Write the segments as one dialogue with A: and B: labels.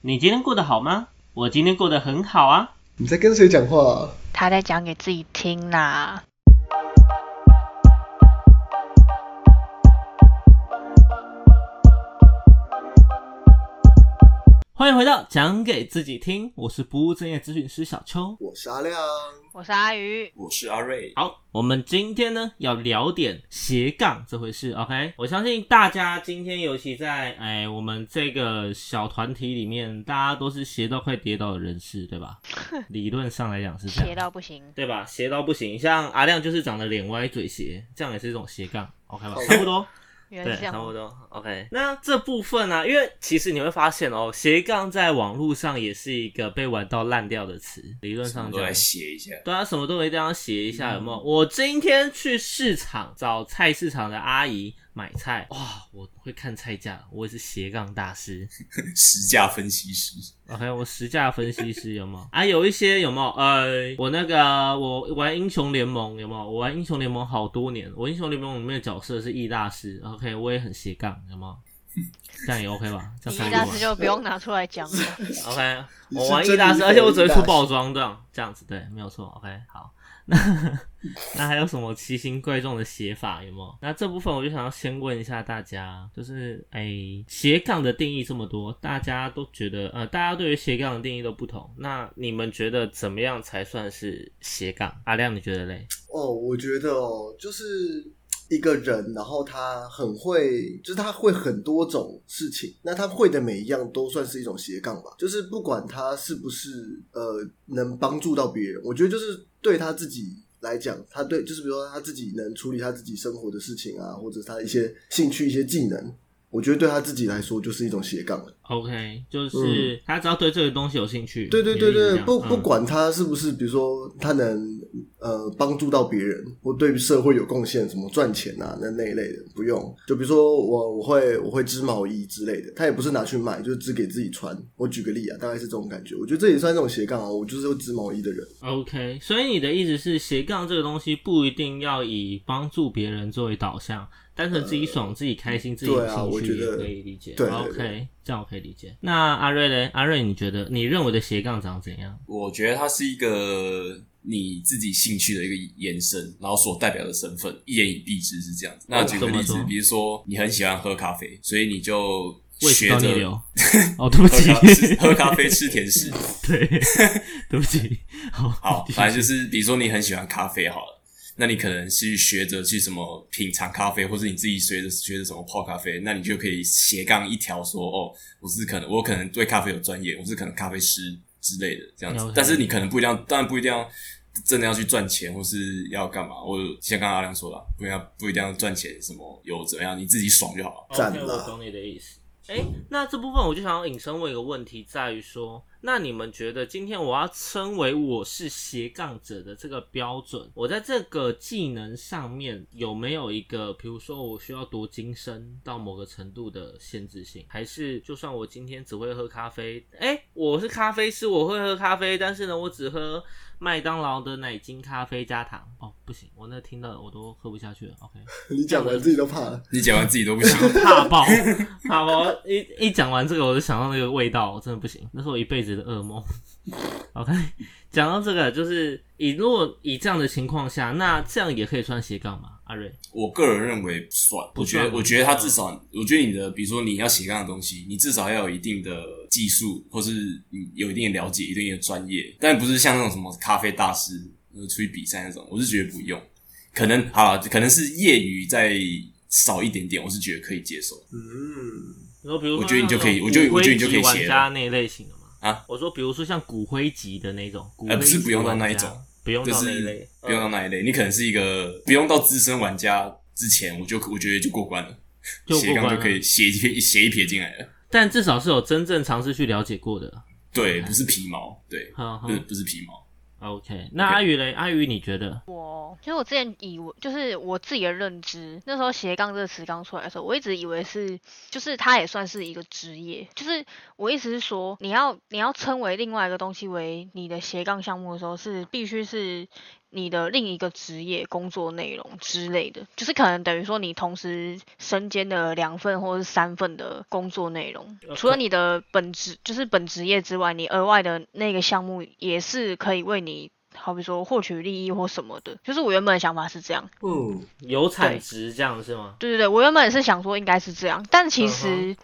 A: 你今天过得好吗？我今天过得很好啊。
B: 你在跟谁讲话、啊？
C: 他在讲给自己听啦。
A: 欢迎回到讲给自己听，我是不务正业咨询师小邱。
B: 我是阿亮，
C: 我是阿鱼，
D: 我是阿瑞。
A: 好，我们今天呢要聊点斜杠这回事，OK？我相信大家今天，尤其在哎我们这个小团体里面，大家都是斜到快跌倒的人士，对 吧？理论上来讲是这
C: 斜
A: 样，
C: 到不行。
A: 对吧？斜到不行，像阿亮就是长得脸歪嘴斜，这样也是一种斜杠，OK 吧？差不多。
C: 原来
A: 对，
C: 是这
A: 差不
C: 样。
A: 多。OK，那这部分啊呢、因为其实你会发现哦，斜杠在网络上也是一个被玩到烂掉的词，理论
D: 我
A: 上
D: 们
A: 讲
D: 都。来写一下，
A: 对啊，什么都一定要写一下，有没有？我今天去市场找菜市场的阿姨买菜，哇，我会看菜价，我也是斜杠大师。
D: 实价分析师。
A: OK，我实价分析师有没有？啊，有一些有没有？呃，我那个我玩英雄联盟有没有？我玩英雄联盟好多年，我英雄联盟里面的角色是易大师。OK，我也很斜杠，有没有？这样也 OK 吧？这样
C: 一
A: 看
C: 大师就不用拿出来讲了。
A: OK，
B: 你是
A: 我玩
B: 真
A: 易大
B: 理
A: 师，
B: 解
A: 而且我只会
B: 易大
A: 出
B: 师
A: 包装，这样这样子对，没有错。OK，好，那那还有什么奇形怪状的写法有没有？那这部分我就想要先问一下大家，就是哎、斜杠的定义这么多，大家都觉得呃，大家对于斜杠的定义都不同，那你们觉得怎么样才算是斜杠？阿亮，你觉得嘞？
B: 哦，我觉得哦，就是一个人，然后他很会，就是他会很多种事情，那他会的每一样都算是一种斜杠吧。就是不管他是不是呃能帮助到别人，我觉得就是对他自己。来讲，他对就是比如说他自己能处理他自己生活的事情啊，或者他一些兴趣、一些技能，我觉得对他自己来说就是一种斜杠了。
A: OK，就是、他嗯只要对这个东西有兴趣，
B: 对对
A: 你
B: 对
A: 的意思是这
B: 对，
A: 样
B: 不
A: 嗯
B: 不管他是不是，比如说他能呃帮助到别人，或对社会有贡献，什么赚钱啊那那一类的，不用。就比如说我我会我会织毛衣之类的，他也不是拿去卖，就是织给自己穿。我举个例啊，大概是这种感觉。我觉得这也算这种斜杠啊，我就是会织毛衣的人。
A: OK，所以你的意思是斜杠这个东西不一定要以帮助别人作为导向，单纯自己爽、自己开心、自己有
B: 对啊
A: 兴
B: 我
A: 趣
B: 觉
A: 也
B: 得
A: 可以理解。
B: 对对
A: OK，
B: 对
A: 这样我可以理解。那阿瑞嘞？阿瑞，你觉得你认为的斜杠长怎样？
D: 我觉得它是一个你自己兴趣的一个延伸，然后所代表的身份，一言以蔽之是这样子。那举个例
A: 哦怎
D: 子
A: 么说，
D: 比如说你很喜欢喝咖啡，所以你就
A: 胃食
D: 学
A: 道
D: 着
A: 逆流。哦，对不
D: 喝
A: 起
D: 咖 吃，喝咖啡吃甜食。
A: 对，对不起。好，
D: 好，
A: 继续
D: 反正就是比如说你很喜欢咖啡好了，那你可能是学着去什么品尝咖啡，或者你自己学着学着怎么泡咖啡，那你就可以斜杠一条说哦，我是可能我可能对咖啡有专业，我是可能咖啡师之类的这样子
A: OK。
D: 但是你可能不一定要，当然不一定要。真的要去赚钱，或是要干嘛？我像刚刚阿亮说了，不一定要不一定要赚钱，什么有怎么样，你自己爽就好了。
B: 赞
A: OK，
B: 啦
A: 我懂你的意思。哎、那这部分我就想要引申问一个问题，在于说，那你们觉得今天我要称为我是斜杠者的这个标准，我在这个技能上面有没有一个，比如说我需要读经生到某个程度的限制性，还是就算我今天只会喝咖啡，哎、我是咖啡师，我会喝咖啡，但是呢，我只喝麦当劳的奶精咖啡加糖。哦，不行，我那听到我都喝不下去了。OK。
B: 你讲完自己都怕了。
D: 你讲完自己都不行，
A: 怕爆，怕爆！一一讲完这个，我就想到那个味道，我真的不行，那是我一辈子的噩梦。OK，讲到这个，就是以如果以这样的情况下，那这样也可以算斜杠吗？阿瑞，
D: 我个人认为不算，
A: 不
D: 我觉
A: 算嗯
D: 得，我觉得他至少，我觉得你的，比如说你要斜杠的东西，你至少要有一定的技术，或是你有一定的了解，一定的专业，但不是像那种什么咖啡大师呃出去比赛那种，我是觉得不用。可能好了，可能是业余再少一点点，我是觉得可以接受。
B: 嗯，
A: 你说比如说
D: 我觉得你就可以
A: 像
D: 我觉得我觉得你就可以
A: 骨灰级
D: 斜了
A: 玩家那一类型的嘛。
D: 啊，
A: 我说比如说像骨灰级的那种，骨灰
D: 哎不是
A: 级
D: 不用到
A: 玩
D: 那一
A: 家
D: 种，
A: 不用
D: 就
A: 到那一
D: 是
A: 类，
D: 不用到
A: 嗯
D: 那一类，你可能是一个不用到资深玩家之前，我就我觉得就过关了，
A: 就
D: 斜
A: 过
D: 杠
A: 关
D: 就可
A: 了
D: 以，斜一撇斜一撇进来了。
A: 但至少是有真正尝试去了解过的。
D: 对，不是皮毛，对，
A: 嗯
D: 不是
A: 哼
D: 不是皮毛。
A: ，OK，那阿宇嘞？阿宇你觉得？
C: 我其实我之前以为就是我自己的认知，那时候斜杠这个词刚出来的时候，我一直以为是就是它也算是一个职业，就是我意思是说，你要你要称为另外一个东西为你的斜杠项目的时候，是必须是你的另一个职业、工作内容之类的，就是可能等于说你同时身兼的两份或是三份的工作内容，除了你的本职就是本职业之外，你额外的那个项目也是可以为你。好比说获取利益或什么的，就是我原本的想法是这样。
B: 嗯，
A: 有产值这样是吗？
C: 对对对，我原本也是想说应该是这样，但其实、
A: 嗯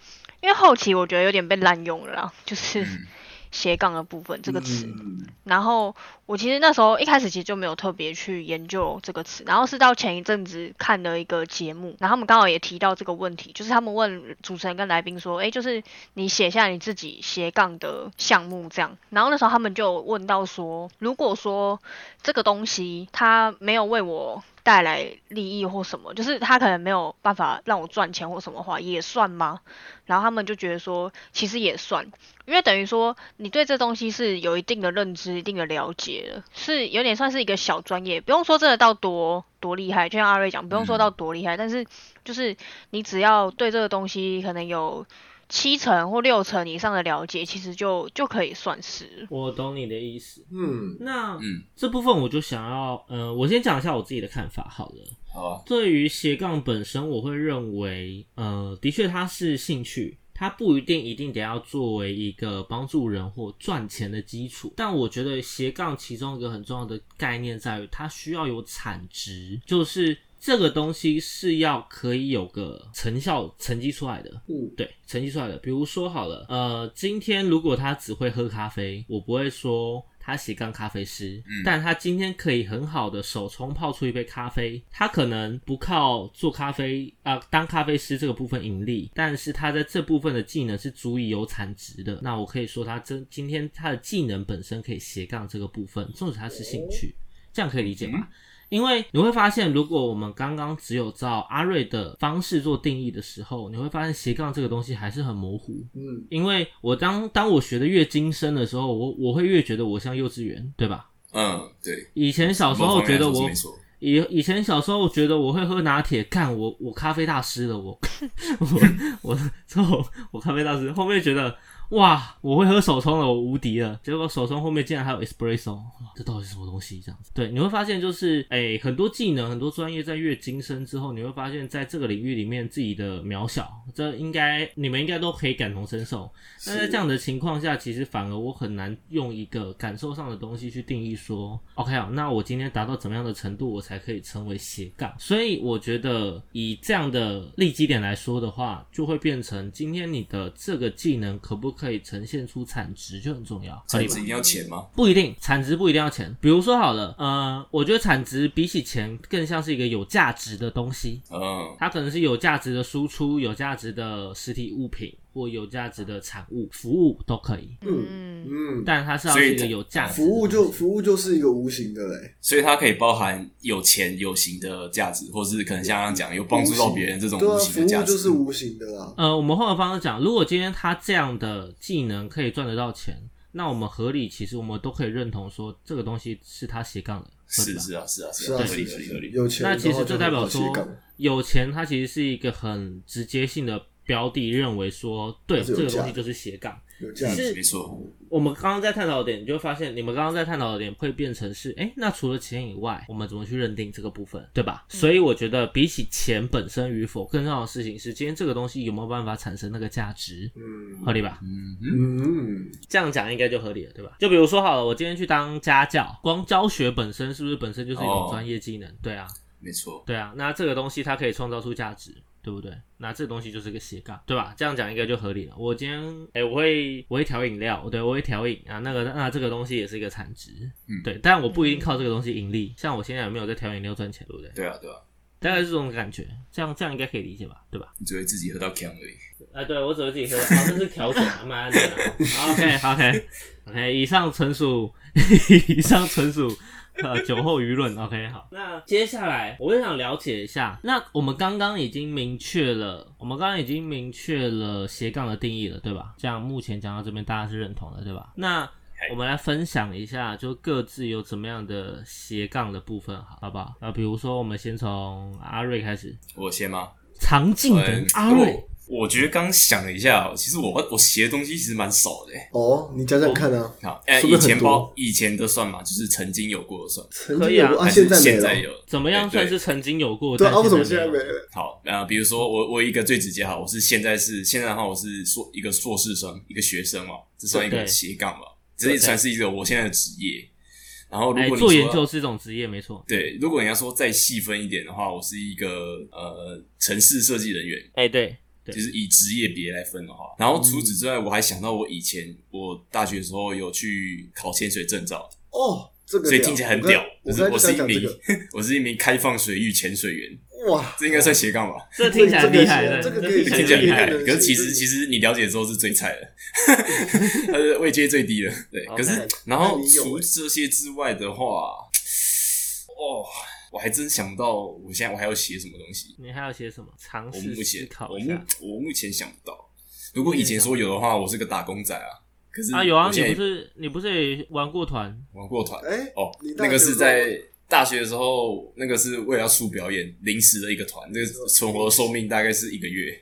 C: 因为后期我觉得有点被滥用了啦，就是 斜杠的部分这个词。
D: 嗯
C: 然后我其实那时候一开始其实就没有特别去研究这个词，然后是到前一阵子看了一个节目，然后他们刚好也提到这个问题，就是他们问主持人跟来宾说，哎，就是你写下你自己斜杠的项目这样，然后那时候他们就问到说，如果说这个东西它没有为我带来利益或什么，就是它可能没有办法让我赚钱或什么的话，也算吗？然后他们就觉得说，其实也算，因为等于说你对这东西是有一定的认知、一定的了解了，是有点算是一个小专业，不用说真的到多多厉害，就像阿瑞讲，不用说到多厉害，但是就是你只要对这个东西可能有七成或六成以上的了解，其实就就可以算是。
A: 我懂你的意思。
B: 嗯，
A: 那
D: 嗯，
A: 这部分我就想要，呃，我先讲一下我自己的看法好了。
D: 好啊，
A: 对于斜杠本身，我会认为，呃，的确它是兴趣，它不一定一定得要作为一个帮助人或赚钱的基础。但我觉得斜杠其中一个很重要的概念在于，它需要有产值，就是这个东西是要可以有个成效成绩出来的。
B: 嗯
A: 对，成绩出来了。比如说好了，呃，今天如果他只会喝咖啡，我不会说他斜杠咖啡师，
D: 嗯
A: 但他今天可以很好的手冲泡出一杯咖啡，他可能不靠做咖啡啊、呃当咖啡师这个部分盈利，但是他在这部分的技能是足以有产值的。那我可以说他真今天他的技能本身可以斜杠这个部分，纵使他是兴趣，这样可以理解吗？因为你会发现，如果我们刚刚只有照阿瑞的方式做定义的时候，你会发现斜杠这个东西还是很模糊。
B: 嗯，
A: 因为我当当我学的越精深的时候，我我会越觉得我像幼稚园，对吧？
D: 嗯，对。
A: 以前小时
D: 某
A: 候
D: 方
A: 觉
D: 面来
A: 得
D: 说是
A: 我
D: 没错，
A: 以以前小时候觉得我会喝拿铁，干我我咖啡大师了，我我我之后我咖啡大师，后面觉得哇我会喝手冲了，我无敌了。结果手冲后面竟然还有 espresso，哇这到底是什么东西？这样子，对，你会发现就是哎、很多技能、很多专业在越精深之后，你会发现在这个领域里面自己的渺小，这应该你们应该都可以感同身受。那在这样的情况下，其实反而我很难用一个感受上的东西去定义说，OK 啊，那我今天达到怎么样的程度，我才可以成为斜杠？所以我觉得以这样的立基点来说的话，就会变成今天你的这个技能可不可以呈现出产值就很重要，可
D: 产
A: 以吧
D: 值一定要钱吗？
A: 不一定，产值不一定要钱。比如说好了，呃，我觉得产值比起钱更像是一个有价值的东西，
D: 嗯
A: 它可能是有价值的输出、有价值的实体物品或有价值的产物、服务都可以，
C: 嗯，
B: 嗯，
A: 但它是要是一个有价值的
B: 服务就
A: 东西
B: 服务就是一个无形的嘞，
D: 所以它可以包含有钱有形的价值，或是可能像刚刚讲有帮助到别人这种
B: 对
D: 无
B: 啊，
D: 形
B: 服
D: 的
B: 务
D: 价值，
B: 就是无形的啊啦。
A: 呃，我们换个方式讲，如果今天他这样的技能可以赚得到钱，那我们合理其实我们都可以认同说这个东西是他斜杠的，合理
D: 是
A: 吧
D: 是啊是啊
B: 是
D: 是
B: 啊，
D: 合
B: 是
D: 理
B: 啊
D: 合理
B: 是
D: 合
B: 啊
D: 理。
B: 有钱
A: 那
B: 的话
A: 其实这
B: 就
A: 代
B: 很
A: 表
B: 好斜
A: 说
B: 杠，
A: 有钱，它其实是一个很直接性的标的，认为说对
B: 它是
A: 这
B: 有
A: 个
B: 价
A: 东西就
B: 的
A: 是斜杠。
B: 有
A: 是
B: 价值，
D: 没错，
A: 我们刚刚在探讨的点，你就会发现你们刚刚在探讨的点会变成是，哎，那除了钱以外，我们怎么去认定这个部分，对吧？
D: 嗯
A: 所以我觉得比起钱本身与否，更重要的事情是，今天这个东西有没有办法产生那个价值，
B: 嗯
A: 合理吧？
D: 嗯哼，
B: 嗯，
A: 这样讲应该就合理了，对吧？就比如说好了，我今天去当家教，光教学本身是不是本身就是一种
D: 哦
A: 专业技能？对啊，
D: 没错，
A: 对啊，那这个东西它可以创造出价值，对不对？那这个东西就是个斜杠，对吧？这样讲应该就合理了。我今天，哎、我会我会调饮料，对，我会调饮啊，那个那这个东西也是一个产值，
D: 嗯
A: 对，但我不一定靠这个东西盈利。像我现在有没有在调饮料赚钱，对不对？
D: 对啊对啊，
A: 大概是这种感觉，这样这样应该可以理解吧，对吧？
D: 你只会自己喝到 can 而已。
A: 哎、对我只会自己喝，好、这是调酒，啊妈的，OK OK OK，以上纯属 以上纯属呃酒后舆论，OK 好。那接下来我也想了解一下，那我们刚刚已经明确了，我们刚刚已经明确了斜杠的定义了，对吧？这样目前讲到这边大家是认同的，对吧？那我们来分享一下，就各自有怎么样的斜杠的部分，好好不好？呃啊，比如说我们先从阿瑞开始，
D: 我先吗？
A: 常进等
D: 嗯
A: 阿瑞
D: 我。我觉得刚想了一下哦，其实我我斜的东西其实蛮少的欸。
B: 哦，你讲讲看啊，
D: 好，哎、
B: 是不
D: 以
B: 是
D: 前
B: 很多
D: 包以前的算嘛，就是曾经有过的算，
B: 曾
A: 可
B: 经
A: 以啊
B: 有过啊，
D: 但是
B: 在没
D: 现
B: 了
D: 在。有
A: 怎么样
D: 对
A: 算
D: 对
A: 是曾经有过？
B: 对啊，
A: 但
B: 为什么现
A: 在
B: 在
A: 没
B: 没
A: 有？
B: 了？
D: 好，呃，比如说我我一个最直接哈，我是现在是现在的话，我是硕一个硕士生，一个学生哦，这算一
A: 对
D: 个斜杠吧，这也算是一个我现在的职业。然后如
A: 哎，
D: 果你
A: 做
B: 啊
D: 说
A: 研究是一种职业，没错。
D: 对，如果你要说再细分一点的话，我是一个呃城市设计人员，
A: 哎，对，对
D: 就是以职业别来分的话。然后除此之外，我还想到我以前我大学的时候有去考潜水证照，
B: 哦，这个
D: 所以
B: 屌
D: 听起来很
B: 我刚
D: 屌。
B: 我
D: 是
B: 刚才就
D: 我
B: 是想
D: 一
B: 讲这
D: 名
B: 个，哦
D: 我是一名开放水域潜水员，
B: 哇，
D: 这应该算斜杠吧？
A: 这听起来很厉害，
B: 这个可
A: 对
B: 以
A: 这
D: 听
A: 听起
B: 这个
D: 起来
A: 来
D: 厉
A: 厉
D: 害，
A: 害。
D: 可是其实其实你了解之后是最菜的， 呃，位阶最低的。对，可是
B: OK，
D: 然后
B: 那你有
D: 除
B: 欸
D: 这些之外的话，哦，我还真想不到，我现在我还要写什么东西。
A: 你还要写什么？尝
D: 我
A: 试
D: 目
A: 思
D: 前
A: 考
D: 我
A: 一
D: 目
A: 下
D: 我目前想不到。如果以前说有的话，我是个打工仔啊。可是
A: 啊！有啊，
D: 我现在
A: 你
D: 也
A: 不是你不是也玩过团？
D: 玩过团
B: 哎，
D: 哦
B: 你，大
D: 那
B: 学
D: 个
B: 的
D: 是
B: 时候
D: 在大学的时候，那个是为了要出表演临时的一个团，那个存活寿命大概是一个月。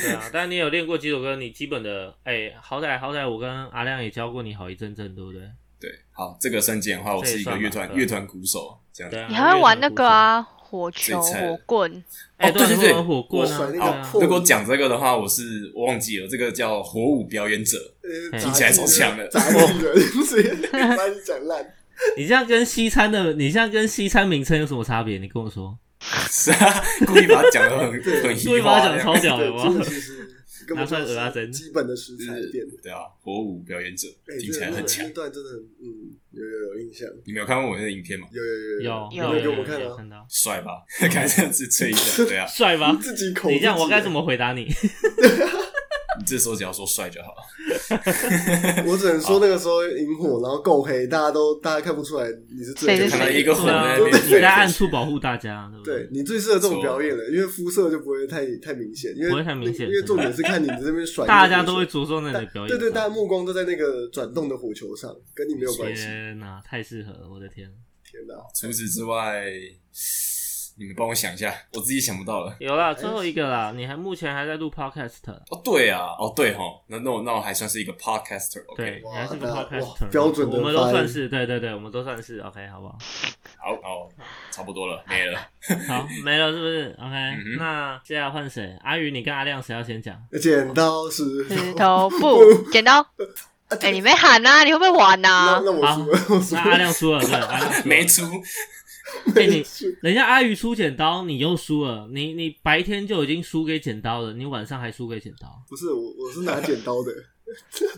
A: 对 啊，但你有练过几首歌，你基本的哎，好歹好歹我跟阿亮也教过你好一阵阵，对不对？
D: 对，好，这个升级的话，我
A: 这也
D: 是一个
A: 算吧
D: 乐团
A: 对
D: 乐团鼓手这样。
A: 对啊，
C: 你还会玩那个啊，火
D: 最
C: 球、
D: 菜
C: 火
D: 的
C: 棍，
A: 哎，
D: 哦对对
A: 你
D: 对
A: 玩火棍啊
B: 我甩那个
A: 对啊
B: 破
D: 如果讲这个的话，我是我忘记了，这个叫火舞表演者。
B: 呃
A: 听起来
B: 杂
D: 超
B: 技
D: 强
B: 人
D: 的
B: 杂技人，直接把你讲烂。
A: 你这样跟西餐的，你这样跟西餐名称有什么差别？你跟我说，
D: 是啊，故意把它讲的很很
A: 故意
D: 移
A: 把
D: 花
A: 它
D: 这
A: 讲超
D: 样，
A: 屌的
B: 对，这
A: 吗
B: 个？其实根本
A: 拿出来
B: 就是
A: 蚵仔煎
B: 基本的食材
D: 是
B: 店。
D: 对啊，火舞表演者
B: 哎，
D: 听起来
B: 这个
D: 很强
B: 这。段真的很，嗯，有有有印象，
D: 你没有看过我那个影片吗？
B: 有有
A: 有
B: 有
C: 有
B: 给
A: 有
B: 我们看
A: 有
B: 啊？
A: 看到，
D: 帅吧？ 看这样子吹一下，对啊，
A: 帅吧
B: 你？自己口，
A: 你这样我该怎
B: 么？
A: 么回答你？
D: 你这时候只要说帅就好了。
B: 我只能说那个时候萤火，然后够黑，大家都大家看不出来你是最
C: 谁是
D: 看到
C: 谁
D: 一个火
A: 对啊
D: 在那边，
A: 你在暗处保护大家，对不
B: 对？你最适合这种表演了，因为肤色就不会太太明显，因为
A: 不会太明显
B: 因为重点是看你这 边甩，
A: 大家都会着重在你的表演啊上。
B: 对对，大家目光都在那个转动的火球上，跟你没有关系。
A: 天哪，太适合了，我的天！
B: 天哪，
D: 除此之外，你们帮我想一下，我自己想不到了。
A: 有
B: 哎
A: 啦，最后一个啦，你还目前还在录 podcast，啦
D: 哦，对啊，哦对哈，那那我那我还算是一个 podcaster。
A: 对，
D: OK，
A: 你
B: 哇
A: 还是个
B: 那
A: podcast，
B: 哇标准的
A: 我们都
B: 发音
A: 算是，对对对，我们都算是 OK，好不好？
D: 好，好，差不多了，没了。
A: 好，没了是不是？OK，
B: 嗯
D: 哼
A: 那接下来换谁？阿宇，你跟阿亮谁要先 讲？
B: 剪刀石
C: 石
B: 头，
C: 头布、剪刀。
B: 啊
C: 哎、你没喊呐、啊？你会不会玩
B: 那
C: 呐、啊？
B: 那我输了，我输
A: 那
B: 了，
A: 阿亮输了，对，阿亮输了
D: 没出，
A: 哎、你等一下，阿鱼出剪刀，你又输了。你你白天就已经输给剪刀了，你晚上还输给剪刀。
B: 不是我，我是拿剪刀的。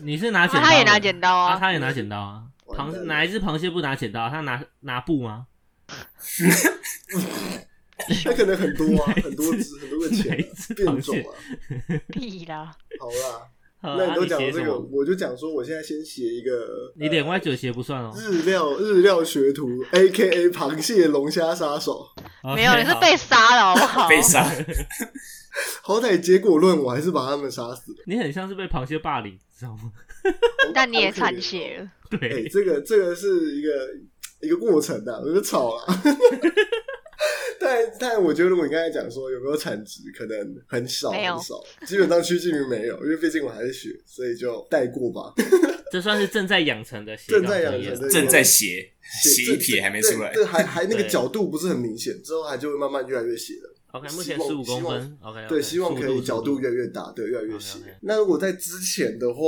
A: 你是拿剪刀、
C: 啊他也拿剪刀啊
A: 啊他也拿剪刀啊。
B: 完
A: 螃
B: 蛋了
A: 哪一只螃蟹不拿剪刀？他拿拿布吗？
B: 那可能很多啊，很多只，很多个钱
A: 哪一
B: 啊、
A: 只螃
B: 变
A: 蟹
B: 种啊。
C: 屁啦！
B: 好啦，
A: 好
B: 那
A: 啊
B: 你都
A: 你
B: 讲
A: 写
B: 了
A: 什
B: 这个，
A: 么？
B: 我就讲说，我现在先写一个
A: 你点歪九鞋不算哦。
B: 日料日料学徒，A K A 螃蟹龙虾杀手。
C: 没有，
A: OK，
C: 你是
A: 好
C: 被杀了好不好？
D: 被杀。
B: 好歹结果论，我还是把他们杀 死了。
A: 你很像是被螃蟹霸凌，知道吗？
B: 好
C: 但你也
B: 好可怜哦
C: 残血了。
B: 哎、
A: 对，
B: 这个这个是一个一个过程的、啊，我就吵了。 但但我觉得，如果你刚才讲说有没有产值，可能很少
C: 没
B: 很
C: 有
B: 少，基本上趋近于没有，因为毕竟我还是学，所以就带过吧。
A: 这算是正在养成的斜
B: 正
A: 杠
B: 在养
A: 专业
B: 成的
D: 啊正在斜
B: 对
D: 斜一撇还没出来
B: 对，对还还那个
A: 对
B: 角度不是很明显，之后还就会慢慢越来越斜了。
A: OK，目前
B: 希望
A: 十五公
B: 希望
A: 分。OK，
B: 对，希望可以角度越来越大，对，越来越斜
A: OK，OK。
B: 那如果在之前的话，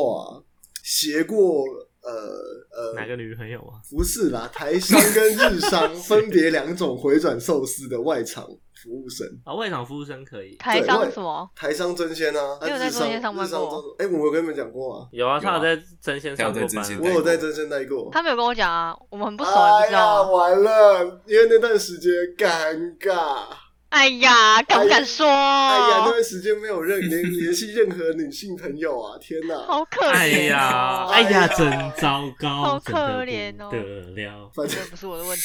B: 斜过呃呃
A: 哪个女朋友啊？
B: 不是啦，台商跟日商分别两种回转寿司的外场服务生。
A: 啊，外场服务生可以。
C: 台商
B: 对
C: 什么？
B: 台商真鲜啊，啊
C: 你有在
B: 日商
C: 中间上班
B: 日商
C: 过
B: 真哎、我有跟你们讲过啊，
A: 有啊，
D: 有啊
A: 他有在真先上
D: 他
A: 过
D: 有在真
A: 班
D: 仙
A: 啊。
B: 我有在真鲜待过。
C: 他没有跟我讲啊，我们很不熟，也不
B: 哎
C: 知
B: 呀，
C: 道啊。
B: 完了，因为那段时间尴尬。
C: 哎呀，敢不敢说？
B: 哎呀，那段时间没有任联联系任何女性朋友啊！天哪，
C: 好可怜、哦。
A: 哎呀，哎呀，真糟糕，
C: 好可怜哦
A: 真的不得了。
B: 反正
C: 这不是我的问题。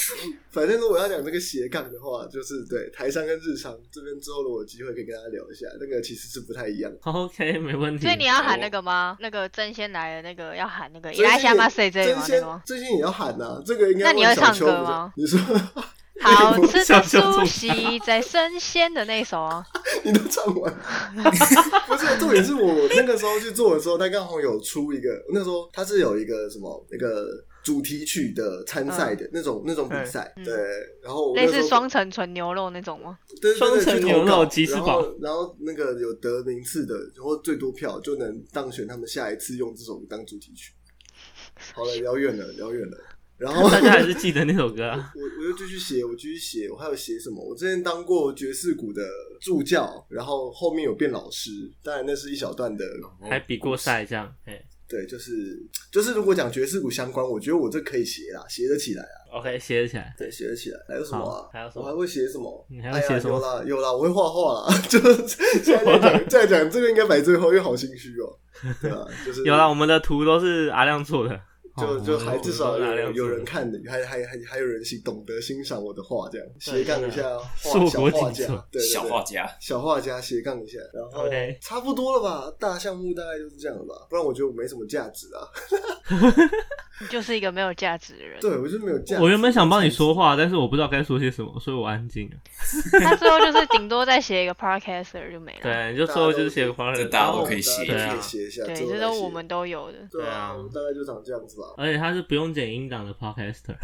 B: 反正如果要讲这个斜杠的话，就是对台商跟日商这边之后，如果有机会可以跟大家聊一下，那个其实是不太一样的。
A: OK，没问题。
C: 所以你要喊那个吗？那个真仙来了，那个要喊那个伊
B: 真
C: 拉
B: 仙
C: 夏马塞这里
B: 真
C: 吗？那
B: 仙
C: 个吗？
B: 真仙也要喊呐、这个应该
C: 那你要
B: 问小
C: 唱
B: 秋
C: 歌
B: 不是
C: 吗
B: 你说
C: 好吃的
A: 想象中
C: 苏西在生鲜的那首啊，
B: 你都唱完。 不是，重点是我那个时候去做的时候，他刚好有出一个，那时候他是有一个什么那个主题曲的参赛的、那种那种比赛，
C: 嗯
B: 对。然后我那
C: 类
B: 时
C: 似
B: 候
C: 双层纯牛肉那种吗？
B: 对对对
A: 双层
B: 去投
A: 牛肉
B: 稿
A: 吉士
B: 然
A: 堡
B: 后然后那个有得名次的，然后最多票就能当选他们下一次用这首当主题曲。好了，聊远了，聊远了。然后
A: 大家还是记得那首歌啊。
B: 我我又继续写，我继续写，我还有写什么？我之前当过爵士鼓的助教，然后后面有变老师，当然那是一小段的，
D: 哦
A: 还比过赛这样。哎
B: 对，就是就是如果讲爵士鼓相关，我觉得我这可以写啦，写得起来啊，
A: ，OK，写起来。
B: 对，写得起来。还有什么啊
A: 好？还有什么
B: 我还会写什么？
A: 你还会写什么
B: 哎呀、有啦有啦，我会画画啦。 就是现 在在讲在讲这个应该摆最后，因为好心虚哦。对啊，就是
A: 有啦，我们的图都是阿亮做的，
B: 就
A: 哦
B: 就还
A: 我们的图
B: 至
A: 都
B: 少
A: 是阿
B: 有
A: 亮做
B: 有
A: 的
B: 人看的，还还还还有人欣懂得欣赏我的画，这样斜杠一下
A: 硕
B: 画小
A: 果
B: 画
A: 仅
B: 家
A: 存，
B: 对对
D: 小
B: 对
D: 画家，
B: 小画家斜杠一下，然后
A: OK
B: 差不多了吧？大项目大概就是这样了吧，不然我觉得我没什么价值啊。
C: 你 就是一个没有价值的人。
B: 对我就没有价值。
A: 我原本想帮你说话，但是我不知道该说些什么，所以我安静了。
C: 他最后就是顶多再写一个 podcaster 就没了。
B: 啊
A: 对，你就最后就是写个黄
D: 这
A: 人，
D: 大家
B: 然后
D: 哦都可以写
B: 大
A: 对
B: 家都可以
A: 啊
B: 写一下，
C: 对，
B: 最后
C: 这
B: 再
C: 都
B: 写
C: 我们都有的。
B: 对
A: 对
B: 啊，
A: 啊
B: 我大概就长这样子吧。
A: 而且他是不用剪音档的 podcaster，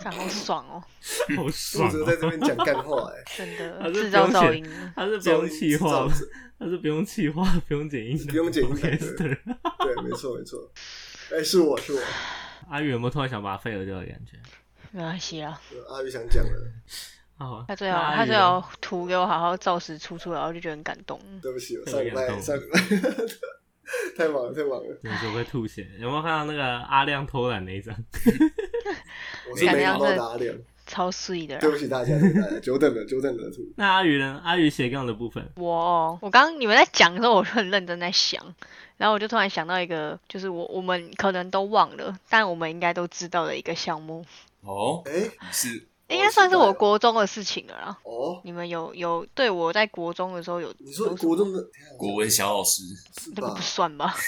C: 看好爽哦，
A: 好
B: 负
A: 爽
B: 责
A: 哦、
B: 在这边讲干话， 哎，
C: 真
A: 他
C: 的
A: 是
C: 制造
A: 不用
C: 噪
A: 写
C: 音。
A: 他是不用气
B: 这
A: 化
B: 样，子
A: 他是不用气化，不用剪音档，
B: 不用剪音档对
A: podcaster。
B: 对，没错没错。哎，是我是我，
A: 阿宇有没有突然想把他废了掉的感觉？
C: 没关系啦，
B: 呃阿宇想讲了，
A: 好，
C: 他最好
A: 那阿宇
C: 他最
A: 有
C: 好图给我好好照实出出来，我就觉得很感动。
B: 对不起，我上礼
A: 太
B: 拜
A: 感动了
B: 上礼拜太忙了太忙了，
A: 真的是会吐血。有没有看到那个阿亮偷懒那一张？
B: 我是没拿到打脸，
C: 超碎的
B: 对
C: 啦。
B: 不起大家，对不起大家久等了久等了，兔
A: 那阿宇呢？阿宇斜杠的部分，
C: 我哦我刚你们在讲的时候，我就很认真在想，然后我就突然想到一个，就是我我们可能都忘了，但我们应该都知道的一个项目，
D: 哦，
B: 哎
D: 是
C: 应
B: 好
C: 该算
B: 期
C: 是
B: 待
C: 我
B: 哦
C: 国中的事情了啦。
B: 哦，
C: 你们有有对我在国中的时候有
B: 你说
C: 有什
B: 国
C: 么
B: 中的天啊
D: 国文小老师，
B: 是
C: 那个
B: 吧
C: 不？算吧？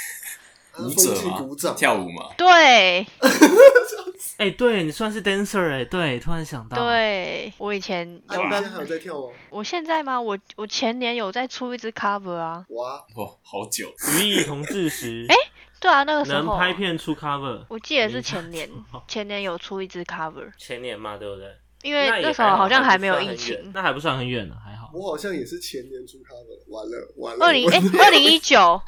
B: 他
D: 舞
B: 啊风
D: 者
B: 气鼓
D: 嘛，
B: 掌，
D: 跳舞嘛，
C: 对，
B: 啊
A: 哎、对你算是 dancer 哎、对，突然想到，，
C: 对，我以前
B: 啊，
C: 有
B: 你现在还有
C: 跟
B: 在跳吗？
C: 我现在吗？我我前年有在出一支 cover 啊，
B: 哇，
D: 哇，哦好久，
A: 与以同志时，
C: 哎对啊，那个时
A: 能
C: 候
A: 拍片出 cover，
C: 我记得
A: 你哦
C: 是前年，前年有出一支 cover，
A: 前年嘛，对不对？
C: 因为
A: 也
C: 那时候好像
A: 还
C: 没有疫
A: 不算很远
C: 情，
A: 那还不算很远呢、还好。
B: 我好像也是前年出他的，完了完了，
C: 二零
B: 我
C: 哎二零一九。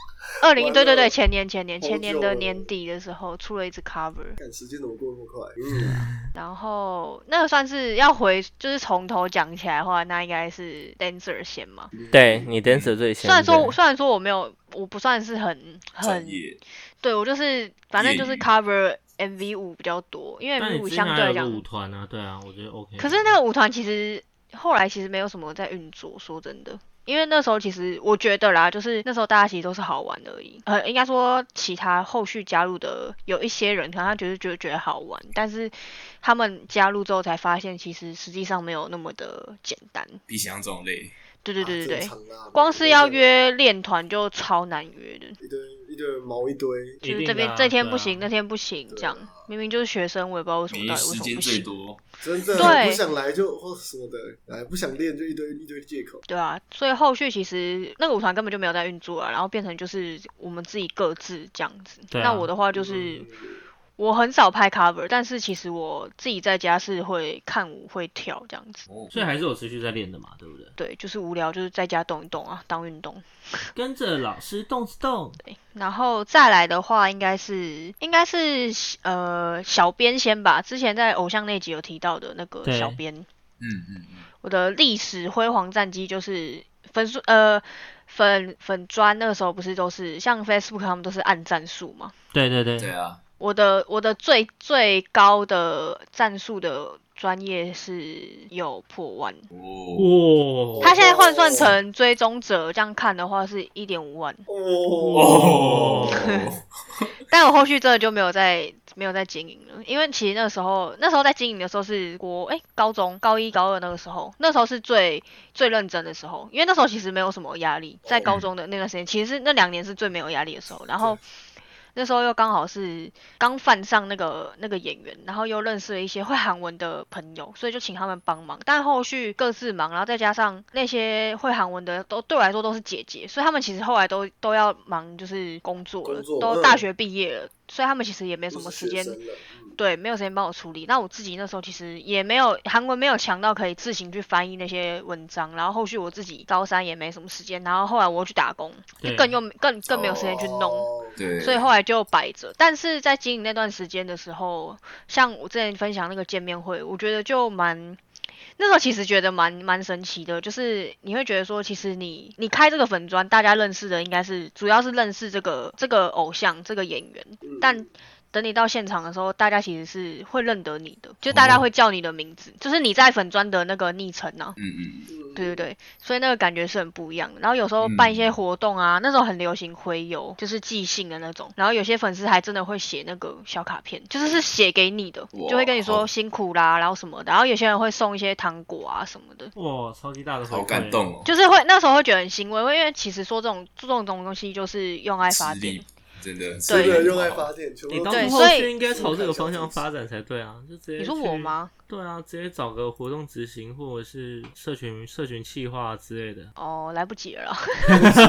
C: 二零对对对，前年前年
B: 好
C: 前年
B: 久
C: 的
B: 了
C: 年底的时候出了一支 cover，
B: 看时间怎么过那么快？嗯，
C: 然后那个算是要回就是从头讲起来的话，那应该是 dancer 先嘛。
A: 对你 dancer 最先
C: 虽然说虽然说我没有我不算是很
D: 专
C: 很
D: 业，
C: 对我就是反正就
D: 业
C: 是
D: 余
C: cover MV 舞比较多，因为
A: 那
C: MV
A: 你
C: 舞
A: 之
C: 相
A: 前
C: 对
A: 还
C: 来
A: 有个舞
C: 讲，
A: 团啊，对啊，我觉得 OK。
C: 可是那个舞团其实后来其实没有什么在运作，说真的。因为那时候其实我觉得啦，就是那时候大家其实都是好玩而已，呃，应该说其他后续加入的有一些人，可能他觉得觉得觉得好玩，但是他们加入之后才发现，其实实际上没有那么的简单。
D: 比想象中累，
C: 对对对对对，
B: 啊正常啊
C: 光是要约练团就超难约的。
B: 一堆一堆人毛一堆，
C: 就
A: 一
C: 是
A: 定
C: 这边
A: 的啊
C: 这天
A: 对
C: 不
A: 啊
C: 行，那天不行，这样明明就是学生，我也不知道为什
D: 每
C: 么到底
D: 日
C: 为
D: 时
C: 什么
D: 间
C: 不
D: 最
C: 行，
D: 多，
B: 真的
C: 对
B: 不想来就或什么的，哎，不想练就一堆一堆借口。
C: 对啊，所以后续其实那个舞团根本就没有在运作啊，然后变成就是我们自己各自这样子。
A: 对啊
C: 那我的话
B: 嗯
C: 就是我很少拍 cover，但是其实我自己在家是会看舞会跳这样子。
D: 哦，
A: 所以还是有持续在练的嘛，对不对？
C: 对，就是无聊，就是在家动一动啊，当运动。
A: 跟着老师动一动，
C: 然后再来的话应，该是应该是呃小编先吧，之前在偶像那集有提到的那个
A: 对
C: 小编，
D: 嗯嗯嗯，
C: 我的历史辉煌战绩就是粉数呃粉粉砖那个时候不是都是像 Facebook 他们都是按赞数嘛？
A: 对对对，
D: 对啊，
C: 我的我的最最高的战术的专业是有破万，
D: 哦，
A: 哇，
C: 他现在换算成追踪者这样看的话是一点五万，
B: 哦，
D: 哦，
C: 但我后续真的就没有再没有再经营了，因为其实那时候那时候在经营的时候是国哎、高中高一高二那个时候，那时候是最最认真的时候，因为那时候其实没有什么压力，在高中的那段时间，其实是那两年是最没有压力的时候，然后。那时候又刚好是刚犯上那个那个演员，然后又认识了一些会韩文的朋友，所以就请他们帮忙。但后续各自忙，然后再加上那些会韩文的都对我来说都是姐姐，所以他们其实后来都都要忙就是工作
B: 工
C: 了，
B: 作
C: 都
B: 嗯
C: 大学毕业了，所以他们其实也没什么
B: 不是
C: 时
B: 学
C: 间
B: 生了嗯
C: 对，没有时间帮我处理。那我自己那时候其实也没有韩文没有强到可以自行去翻译那些文章，然后后续我自己高三也没什么时间，然后后来我又去打工，就
A: 对
C: 更又更更没有时间去弄。
B: 哦
D: 对，
C: 所以后来就摆着。但是在经营那段时间的时候，像我之前分享那个见面会，我觉得就蛮。那时候其实觉得蛮蛮神奇的，就是你会觉得说，其实你你开这个粉砖，大家认识的应该是主要是认识这个这个偶像这个演员，
B: 嗯
C: 但等你到现场的时候，大家其实是会认得你的，就大家
D: 哦
C: 会叫你的名字，就是你在粉砖的那个昵称呢、
D: 嗯嗯，
C: 对对对，所以那个感觉是很不一样的。然后有时候办一些活动啊，那时候很流行回邮，就是寄信的那种。然后有些粉丝还真的会写那个小卡片，就是是写给你的，
D: 哇
C: 就会跟你
D: 好
C: 说辛苦啦，然后什么的。然后有些人会送一些糖果啊什么的，
A: 哇，超级大的回馈
D: 好感，动哦，
C: 就是会那时候会觉得很欣慰，因为其实说这种这种东西就是用爱发
D: 吃
C: 电
D: 力。真的，吃
B: 这
C: 对
D: 力
B: 个
D: 不
B: 用
D: 好
B: 爱发电，全部
A: 你
B: 都
A: 当
C: 对
A: 初
C: 所
A: 后
C: 以
A: 续应该朝这个方向发展才对啊，就直接
C: 你说我
A: 去
C: 吗？
A: 对啊，直接找个活动执行或者是社群社群企划之类的，
C: 哦，来不及了啦，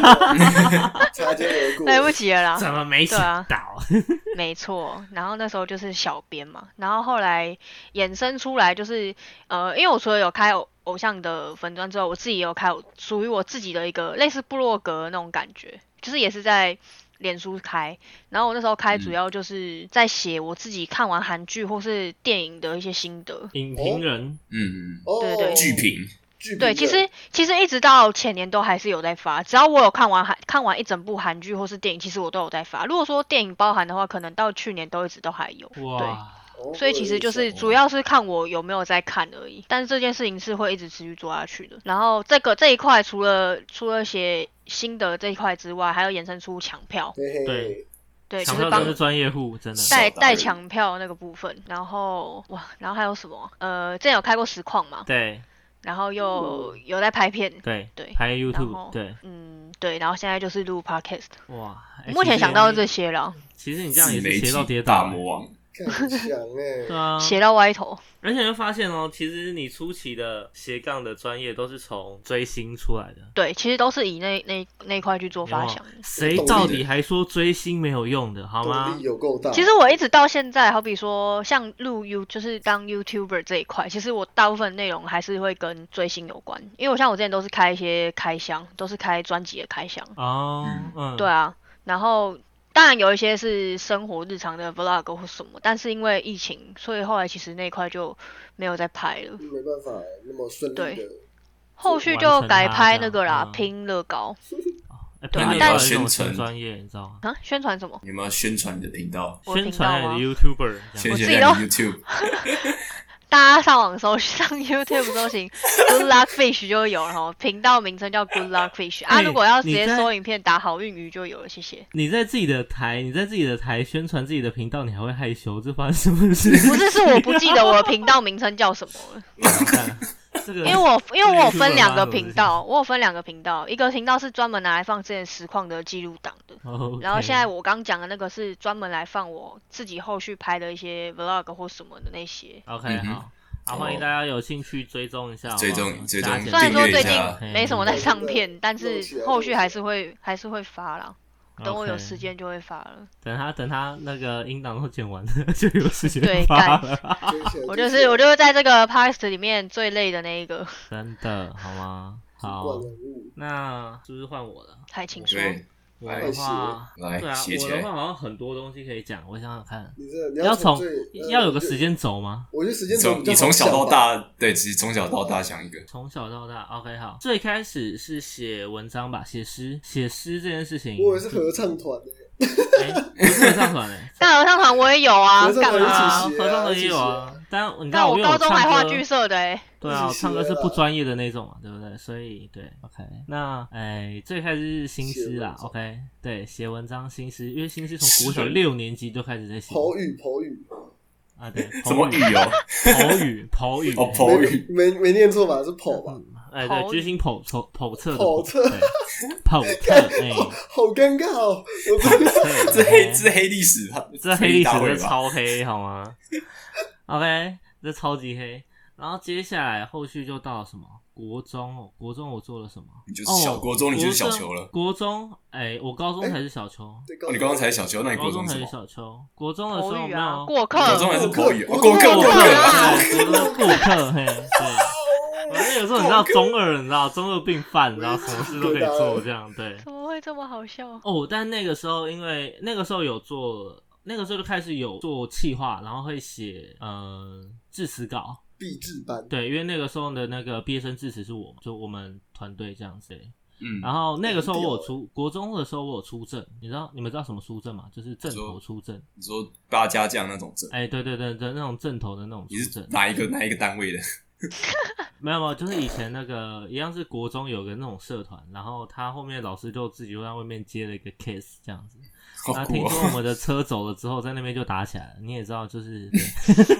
B: 擦肩而过，
C: 来不及了啦。
A: 怎么没
C: 啊
A: 想到？
C: 没错，然后那时候就是小编嘛，然后后来衍生出来就是，呃，因为我除了有开偶偶像的粉专之后，我自己也有开我属于我自己的一个类似部落格那种感觉，就是也是在脸书开，然后我那时候开
D: 嗯
C: 主要就是在写我自己看完韩剧或是电影的一些心得。
A: 影评人
D: 嗯嗯，
B: 哦，
C: 对对
D: 剧评，
B: 剧评
C: 对，
B: 人
C: 其实其实一直到前年都还是有在发，只要我有看完韩看完一整部韩剧或是电影，其实我都有在发。如果说电影包含的话，可能到去年都一直都还有。对。
A: 哇，
B: 哦
C: 所以其实就是主要是看我有没有在看而已，但是这件事情是会一直持续做下去的。然后这个这一块除了除了写心得这一块之外，还有衍生出抢票，
B: 嘿嘿
A: 对
C: 对，就
A: 抢
C: 是
A: 票真
C: 帮
A: 是专业户，真的。
C: 带
D: 小达人
C: 带抢票那个部分。然后哇，然后还有什么？呃，之前有开过实况嘛，
A: 对
C: 然后又有在拍片，
A: 对
C: 对
A: 还有
C: 然后
A: YouTube 对，
C: 嗯，对，然后现在就是录 podcast。
A: 哇，哎
C: 目前想到这，些了，
A: 其实你其实你这样
D: 自
A: 也
D: 媒
A: 是
D: 体
A: 斜到跌
D: 大
A: 倒，
D: 魔王，
B: 看很强哎，
A: 对啊，
C: 写到歪头。
A: 而且你会发现哦，其实你初期的斜杠的专业都是从追星出来的。
C: 对，其实都是以那那那一块去做
A: 有啊没
C: 发
A: 有
C: 想的。
A: 谁到底还说追星没有用的，好
B: 动
A: 吗
B: 力？有够
A: 嗯
B: 大。
C: 其实我一直到现在，好比说像录 You，就是当 YouTuber 这一块，其实我大部分内容还是会跟追星有关，因为我像我之前都是开一些开箱，都是开专辑的开箱，
A: 哦，
D: 嗯
A: 嗯，
C: 对啊，然后当然有一些是生活日常的 Vlog 或什么，但是因为疫情，所以后来其实那一块就没有再拍了，
B: 没办法那么顺利的
C: 对，后续就改拍那个啦
A: 完成它这样，嗯
C: 拼乐高
A: 哎
C: 对
A: 朋友
C: 但
A: 到底有没有
D: 宣传
A: 成专业，你知道吗？
C: 啊，宣传什么？
D: 你有没有宣传你的频道？
C: 我的
A: 宣
C: 频道
A: 传
C: 吗
A: YouTuber，这
D: 宣
A: 样
C: 我自
D: 传
C: 己哦
D: 在
C: 都
D: 你 YouTube，
C: 大家上网搜上 YouTube 搜寻 Good Luck Fish 就有了哦，频道名称叫 Good Luck Fish 啊。
A: 哎
C: 如果要直
A: 你
C: 接
A: 在
C: 搜影片打好运鱼就有了，谢谢。
A: 你在自己的台，你在自己的台宣传自己的频道，你还会害羞，这发生什么事？
C: 不是，是我不记得我的频道名称叫什么了，
A: 这个，
C: 因为我因为我有
A: YouTuber
C: 分两
A: 吗
C: 个
A: 我
C: 频
A: 是啊
C: 道，我有分两个频道，一个频道是专门拿来放之前实况的记录档的，
A: 哦，OK
C: 然后现在我刚讲的那个是专门来放我自己后续拍的一些 Vlog 或什么的那些。
A: OK
D: 嗯哼
A: 好，啊，欢迎大家有兴趣追踪一下好不好，
D: 追踪追踪
A: 加减
C: 虽然说
D: 订阅
C: 最
D: 一
C: 近
A: 啊
D: 下
C: 没什么在上片，但
B: 弄起
C: 是
B: 来
C: 后续还是会还是会发啦。等我有
A: OK
C: 时间就会发了。
A: 等他等他那个音档都剪完了，就有时间
C: 对
A: 发了，
B: 接起来
C: 我就是我就是在这个 podcast 里面最累的那一个，
A: 真的好吗？好
B: 管，人物
A: 那是不是换我了？
C: 还请说。
D: 对，
A: 我
D: 来
A: 的话，
D: 来
A: 对啊
D: 写，起
A: 我
D: 来
A: 的话好像很多东西可以讲，我想想看，
B: 你这你
A: 要
B: 从
A: 从
B: 最呃
A: 要有个时，间轴吗？
B: 呃我觉得时
D: 你
B: 间轴
D: 从
B: 比较
D: 你
B: 好
D: 从小到
B: 想吧，
D: 大，对，其实从小到大想一个，
A: 从小到大，OK，好。最开始是写文章吧，写诗，写诗这件事情。
B: 我以为是合唱团 欸，
A: 哎，不是合唱团 哎，
C: 大合唱团我也有啊
B: 合，唱
C: 干
B: 团
C: 嘛
A: 啊，
B: 一起？写啊
A: 合唱团也有啊。但你看
C: 但我
A: 因为
C: 高中
A: 唱
C: 还话
A: 歌
C: 剧社的哎、
A: 对啊，
B: 一
A: 我
B: 起
A: 唱歌
B: 学
A: 是
B: 啦
A: 不专业的那种嘛，对不对？所以对，OK 那。哎，最开始是新诗啦
B: 写文章
A: ，OK，对，写文章新诗，因为新诗从国小
D: 诗
A: 六年级就开始在写
B: 口语口语，
A: 啊，对，
D: 什么
A: 口
D: 语哦？
A: 口语，口语，
D: 哦口语嗯
B: 没没没念错吧？是跑吧？
A: 哎、
C: 剖
A: 对，
C: 里
A: 居心叵测叵测的
B: 叵测
A: 对叵 测，哎、
B: 好尴尬哦！我真的
A: 叵测
D: 这黑
A: 哎
D: 这黑历史吧，
A: 这黑历史
D: 大
A: 真
D: 会
A: 的
D: 吧？
A: 超黑，好吗？OK，这超级黑。然后接下来后续就到了什么国中哦，国中我做了什么？
D: 你就是小
A: 哦
D: 国中你就是小球了
A: 国中，哎、我高中才是小球，
D: 哦，你刚刚才小球，那你
A: 高
D: 国
A: 中
D: 中
A: 才
D: 什
A: 是
D: 么？
A: 小球，国中的时候
C: 口
A: 没
C: 语
A: 有、
C: 啊，过客，
D: 国中还是国语？哦
B: 过
D: 过
B: 客
D: 客
A: 过
D: 过
A: 客
D: 客，
A: 对国中过客，嘿，对。我那有时候你知道中二，你知道中二病犯，你知道什么事都可以做这样，对。
C: 怎么会这么好笑？
A: 哦，但那个时候因为那个时候有做，那个时候就开始有做企划，然后会写呃致辞稿，
B: 必志班，
A: 对，因为那个时候的那个毕业生致辞是我，就我们团队这样子。对
D: 嗯，
A: 然后那个时候我有出国中的时候我有出证，你知道你们知道什么出证吗？就是正头出证，
D: 你说八家将那种证，
A: 哎，对对对对，那种正头的那种
D: 你
A: 出
D: 是
A: 证，
D: 哪一个哪一个单位的？
A: 没有没有，就是以前那个一样是国中有个那种社团，然后他后面老师就自己又在外面接了一个 case 这样子，
B: 啊
D: 好
A: 然后
D: 酷
A: 啊听
D: 哦！
A: 说我们的车走了之后，在那边就打起来了，你也知道，就是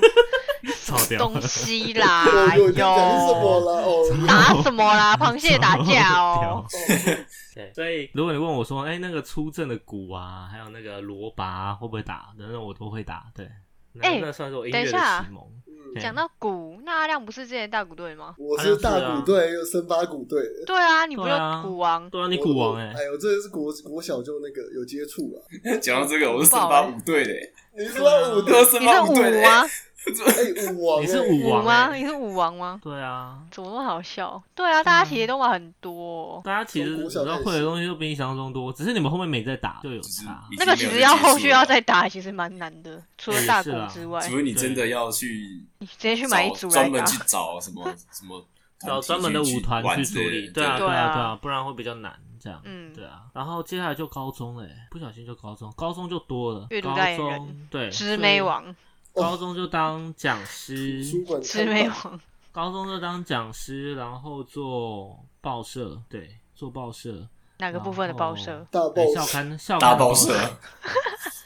A: 超屌
C: 东
A: 了，
C: 西
B: 我
C: 啦，
A: 哎
B: 我在讲什么
C: 哟，
B: 了？哦，嗯
C: 打什么啦？螃蟹打架哦，
A: 超屌。 对，所以如果你问我说，哎、那个出阵的鼓啊，还有那个锣拔、啊、会不会打，等等，我都会打。对，那、
C: 哎
A: 那算是我音
C: 等一
A: 乐的
C: 下
A: 启蒙。
B: 嗯
A: 对
C: 讲到鼓，那阿亮不是之前大鼓队吗？
B: 我是大鼓队，又森巴鼓队的。
C: 对啊，你不
A: 对啊
C: 就鼓王？
A: 对啊，你鼓王哎、
B: 哎呦，这个是国国小就那个有接触啊。
D: 讲到这个，我是
C: 很
D: 森
C: 棒
D: 巴
C: 欸
D: 舞队的，
B: 你知道舞
D: 我都
B: 队？
D: 是森
C: 你是
D: 巴舞哦队
C: 舞
D: 的，
C: 吗？
B: 哎，舞王，
A: 你是
B: 哎
A: 舞
C: 舞
A: 王
C: 吗？
A: 哎
C: 你是舞王吗？
A: 对啊，
C: 怎么那么好笑？对啊，
A: 嗯
C: 大家其实都玩很多、哦
A: 大家其实
B: 从
A: 你
B: 国
A: 知
B: 小
A: 道
B: 开
A: 会的
B: 始
A: 东西就比你想象中多，只是你们后面没在打就有
D: 就是
A: 差
D: 已。
C: 那
D: 经
C: 个
D: 没
C: 其
D: 有
C: 实
D: 在
C: 要
D: 接触
C: 后续要
D: 了
C: 再打，其实蛮难的。除了大鼓之外，
D: 除非你真的要去
C: 你直接去买一
D: 找
C: 组来
D: 专门
C: 打。
D: 去找 什么什么团
A: 找
D: 体
A: 专门的舞团
D: 玩
A: 去
D: 之
A: 处
D: 类
A: 理，
D: 的
A: 对啊，
C: 对
A: 对
C: 啊
A: 啊，对啊，不然会比较难这样。
C: 嗯
A: 对啊。然后接下来就高中嘞，不小心就高中，高中就多了
C: 阅，读
A: 高
C: 代言
A: 中
C: 人
A: 对，
C: 知妹，王，
D: 哦
A: 高中就当讲师
B: 图，书馆
C: 知
B: 看
C: 妹
B: 板
C: 王，
A: 高中就当讲师，然后做报社，对，做报社，
C: 哪个部分的报社？
B: 大
A: 对，
B: 报
A: 校刊，校刊
D: 大
A: 的
D: 报
A: 社，
D: 社，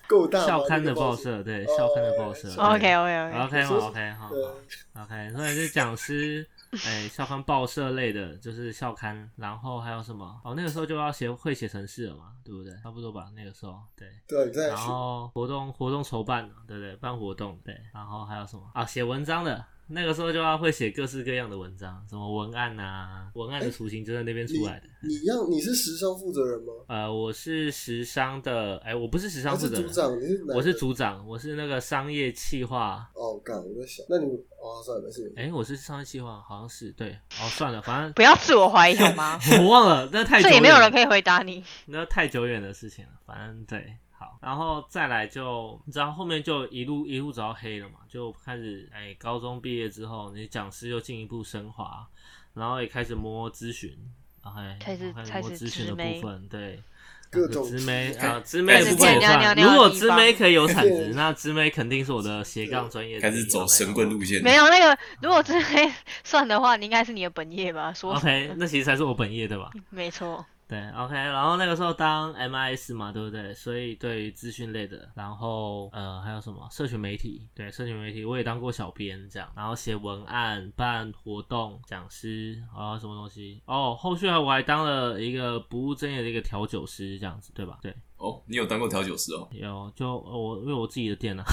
B: 够大吧，
A: 校刊
B: 那
A: 的
B: 个
A: 报
B: 报。
A: 社，对，
B: 哦
A: 校刊的报社。
B: 哦
A: 对
C: OK OK OK，
A: OK 嘛
B: 说是
A: ，OK 好
B: 对，
A: 好，OK，所以是讲师，哎，校刊报社类的，就是校刊，然后还有什么？哦，那个时候就要写会写程式了嘛，对不对？差不多吧，那个时候对。
B: 对，你在
A: 然后活动活动筹办嘛，对不对？办活动对，然后还有什么啊？写文章的。那个时候就要会写各式各样的文章，什么文案啊，文案的雏形就在那边出来的。
B: 你要你是时尚负责人吗？
A: 呃，我是时尚的，哎、我不是时尚
B: 还
A: 负
B: 是
A: 责
B: 组
A: 人，
B: 长？你是哪个
A: 我是组长，我是那个商业企划
B: 哦，干，我在想，那你哦，算了，没事。
A: 哎、我是商业计划，好像是对。哦，算了，反
C: 不要自我怀疑好吗？
A: 正 我忘了，那太久
C: 这也
A: 远
C: 没有人
A: 了，
C: 可以回答你。
A: 那太久远的事情了。反正对，好，然后再来就，你知道后面就一路一路走到黑了嘛，就开始哎、高中毕业之后，你讲师又进一步升华，然后也开始摸咨询，然后哎
C: 开始
A: 然后
C: 开
A: 摸
C: 始
A: 咨询的
C: 知妹
A: 部分，对。
B: 各种
A: 知妹
B: 开
A: 啊，知妹的部分也
C: 开始尿尿
A: 算。
C: 尿的
A: 如果
C: 地
A: 知妹
C: 方
A: 可以有产值
B: 对，
A: 那知妹肯定是我的斜杠专业之一。啊
D: 开始走
A: OK，
D: 神棍路线，
C: 没有那个，如果真的算的话，你应该是你的本业吧？说什么
A: OK，那其实才是我本业对吧？
C: 没错，
A: 对，OK，然后那个时候当 MIS 嘛，对不对？所以对于资讯类的，然后呃还有什么社群媒体，对，社群媒体我也当过小编这样，然后写文案、办活动、讲师，然后什么东西哦，后续还我还当了一个不务正业的一个调酒师这样子，对吧？对，
D: 哦，你有当过调酒师哦？
A: 有就呃我因为我自己的店啊，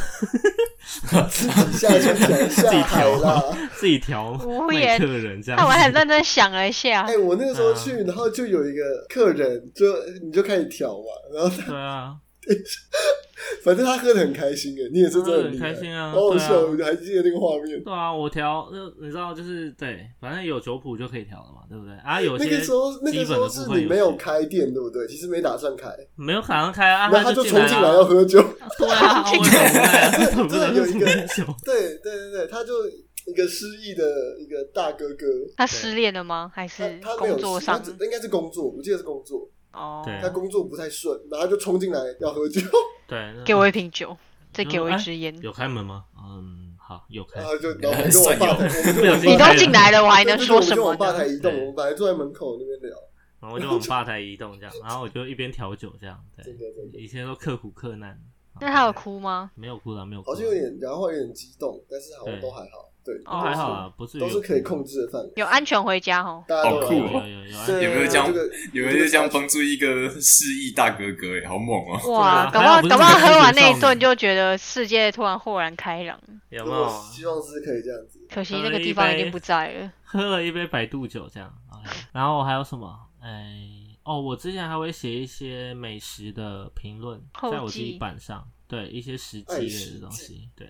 A: 哎
B: 一 下去 讲下海啦。
A: 自己调
C: 无
A: 卖
C: 言
A: 客人这样
C: 那我
A: 子，
C: 还很认真想了一下
B: 哎、，我那个时候
A: 嗯
B: 去，然后就有一个客人，就你就开始调嘛，然后他
A: 对啊，
B: 反正他喝的很开心哎，你也是真的很厉害
A: 他喝得很开心啊
B: 好好笑，我
A: 对
B: 还记得那个画面。
A: 对啊，我调，那你知道就是对，反正有酒谱就可以调了嘛，对不对？啊，有
B: 那
A: 些
B: 个时候，那
A: 基
B: 个时
A: 本的
B: 候
A: 部
B: 是
A: 分
B: 你没有
A: 有写
B: 开店，对不对？其实没打算开，
A: 没有卡上开啊，
B: 然后他
A: 就
B: 就冲进来要
A: 了，
B: 喝酒。
A: 对啊，我也不知道
B: 真的有一个
A: 为什么
B: 对对对对，他就一个失忆的一个大哥哥，
C: 他失恋了吗？还
B: 他
C: 是
B: 他没有
C: 工作
B: 他
C: 上
B: 只？应该是工作，我记得是工作，
C: 哦，
A: 对啊
B: 他工作不太顺，然后他就冲进来要喝酒，
A: 对，那
C: 给我一瓶酒，再给我一
A: 哎
C: 支烟。
A: 有开门吗？嗯，好，有开
B: 然。后啊就然后我跟我爸台，我们跟
A: 有
B: 我
A: 心
C: 你
B: 爸
A: 态
C: 都
B: 台，
C: 进来了，我还
B: 对
C: 能
B: 对对
C: 说
B: 我
C: 什
B: 跟
C: 么
B: 我爸台
C: 呢？
B: 移动，
A: 对
B: 我们本来坐在门口那边聊，
A: 然后我就往吧台移动这样，然后我就一边调酒这样，
B: 真
A: 对，
B: 的真的，
A: 一切都刻苦克难。
C: 那他有哭吗？
A: 没有哭了，没有哭
B: 好
A: 啦。
B: 像有点，然后有点激动，但是好像
A: 对
B: 都还好。对，
C: 哦
A: 都还好啦，不至于
B: 都是可以控制的范围。
C: 有安全回家哦。
B: 大家都
D: 好酷
A: 有
B: 来
D: 哦
A: 有有有安全
B: 对
D: 有没有这样
B: 这个
D: 有人就这样帮助一个失忆大哥哥、欸，好猛哦、
C: 哇，搞
A: 对啊还好不
C: 不好
A: 是
C: 搞不好
A: 这个
C: 喝完
A: 安全
C: 那一
A: 少
C: 顿
A: 女
C: 就觉得世界突然豁然开朗。
A: 有
B: 如
A: 没
B: 果
A: 有
B: 希望是可以这样子。
C: 可惜
A: 喝
C: 那个
A: 一
C: 地方已
A: 杯
C: 经不在了。
A: 喝了一杯百度酒这样？哎然后还有什么？哎，哦，我之前还会写一些美食的评论
C: 后，记
A: 在我记忆板上，对一些实际类的东西，对。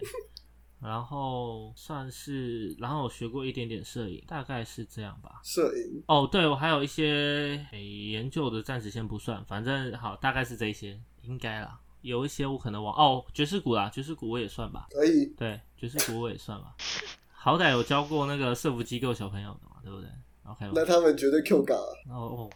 A: 然后算是，然后我学过一点点摄影，大概是这样吧。
B: 摄影
A: 哦，对，我还有一些、诶研究的，暂时先不算，反正好，大概是这些，应该啦。有一些我可能往哦，爵士鼓啦，爵士鼓我也算吧，
B: 可以，
A: 对，爵士鼓我也算吧。好歹有教过那个社服机构小朋友的嘛，对不对？OK，
B: 那他们绝对 Q 嘎。
A: 哦哦，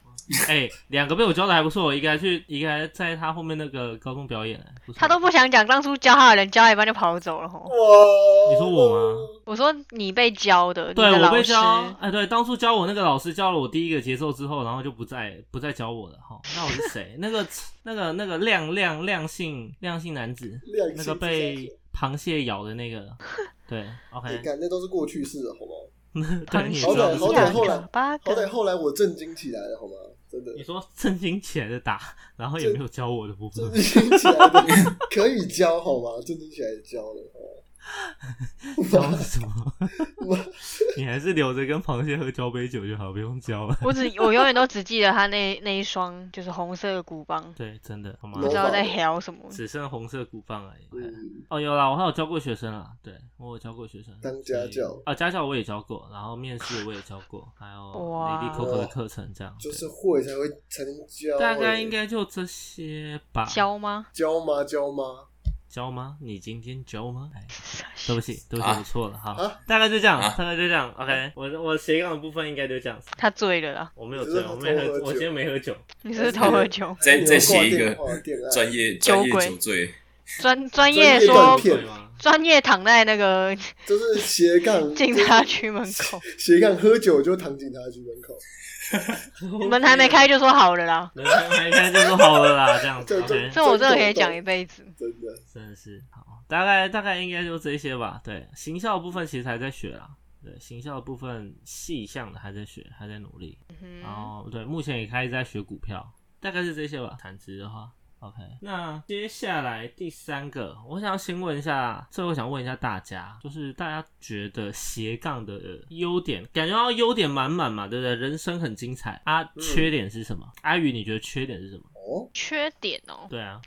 A: 哎、两个被我教的还不错，我应该去，应该在他后面那个高中表演、哎不错
C: 他都不想讲，当初教他的人教到一半就跑走了吼。
B: 哇！
A: 你说我
C: 我说你被教的，你
A: 对
C: 的
A: 我
C: 老
A: 被
C: 师
A: 教，哎，对，当初教我那个老师教了我第一个节奏之后，然后就不再不再教我了哈。那我是谁？那个那个那个亮亮亮姓亮姓男子，
B: 亮姓
A: 那个
B: 至
A: 被
B: 少是
A: 螃蟹咬的那个，对
B: 你
A: ，OK，
B: 看，哎那都是过去式了，好吗？
A: 对，你也
B: 好
A: 知道是
B: 歹好
A: 这
B: 歹
A: 样
B: 后
A: 子
B: 来
C: 八
B: 好歹
C: 个，
B: 后来我震惊起来了，好吗？真的
A: 你说震惊起来的打，然后也没有教我的部分
B: 震，惊起来的可以教好吗？震惊起来教了，好吗
A: 教什么？ 你还是留着跟螃蟹喝交杯酒就好，不用教了。
C: 我只我永远都只记得他那那一双就是红色的鼓棒，
A: 对，真的好吗
C: 不？知道在聊什么。
A: 只剩红色鼓棒而已。
B: 嗯，
A: 哦，有啦，我还有教过学生啦，对我有教过学生，
B: 当
A: 所以
B: 家教
A: 啊，家教我也教过，然后面试我也教过，还有
C: 哇
A: Lady Coco 的课程这样，
B: 就
A: 对
B: 是会才会才能教欸，
A: 大概应该就这些吧。
C: 教吗？
B: 教吗？教吗？
A: 教吗？你今天教吗？哎，对不起，对不起，
D: 啊
A: 我错了，好
B: 啊，
A: 大概就这样，
D: 啊
A: 大概就这样。OK，我我斜杠的部分应该就这样子。
C: 他醉了啦！
A: 我没有
B: 你是
A: 醉，
B: 不
A: 我
B: 是
A: 没
B: 偷喝
A: 喝，
B: 酒
A: 我今天没喝酒。
C: 你是不是偷喝酒？
D: 再再写一
B: 电
D: 个
B: 话
C: 啊
B: 电爱，
D: 专业
C: 酒
D: 专
C: 鬼
D: 业酒醉，
C: 专专
B: 专
C: 业
B: 业断
C: 说
B: 片
A: 对吗？
C: 专业躺在那个
B: 就是斜杠
C: 警察 局门口，
B: 斜杠喝酒就躺警察局门口，
A: 啊
C: 门还 没开就说好了啦。
A: 门开开就说好了啦，这样子
B: 对
A: OK，
C: 这我真的可以讲一辈子。
B: 真的。
A: 真的是好，大概大概应该就这些吧。对，行销的部分其实还在学啦，对，行销的部分细项的还在学，还在努力。然
C: 嗯，
A: 后对，目前也开始在学股票，大概是这些吧。产值的话，OK。那接下来第三个，我想先问一下，最后想问一下大家，就是大家觉得斜杠的呃优点，感觉到优点满满嘛，对不对？人生很精彩啊，缺点是什么？阿宇，你觉得缺点是什么？
B: 哦，
C: 缺点哦，
A: 对啊，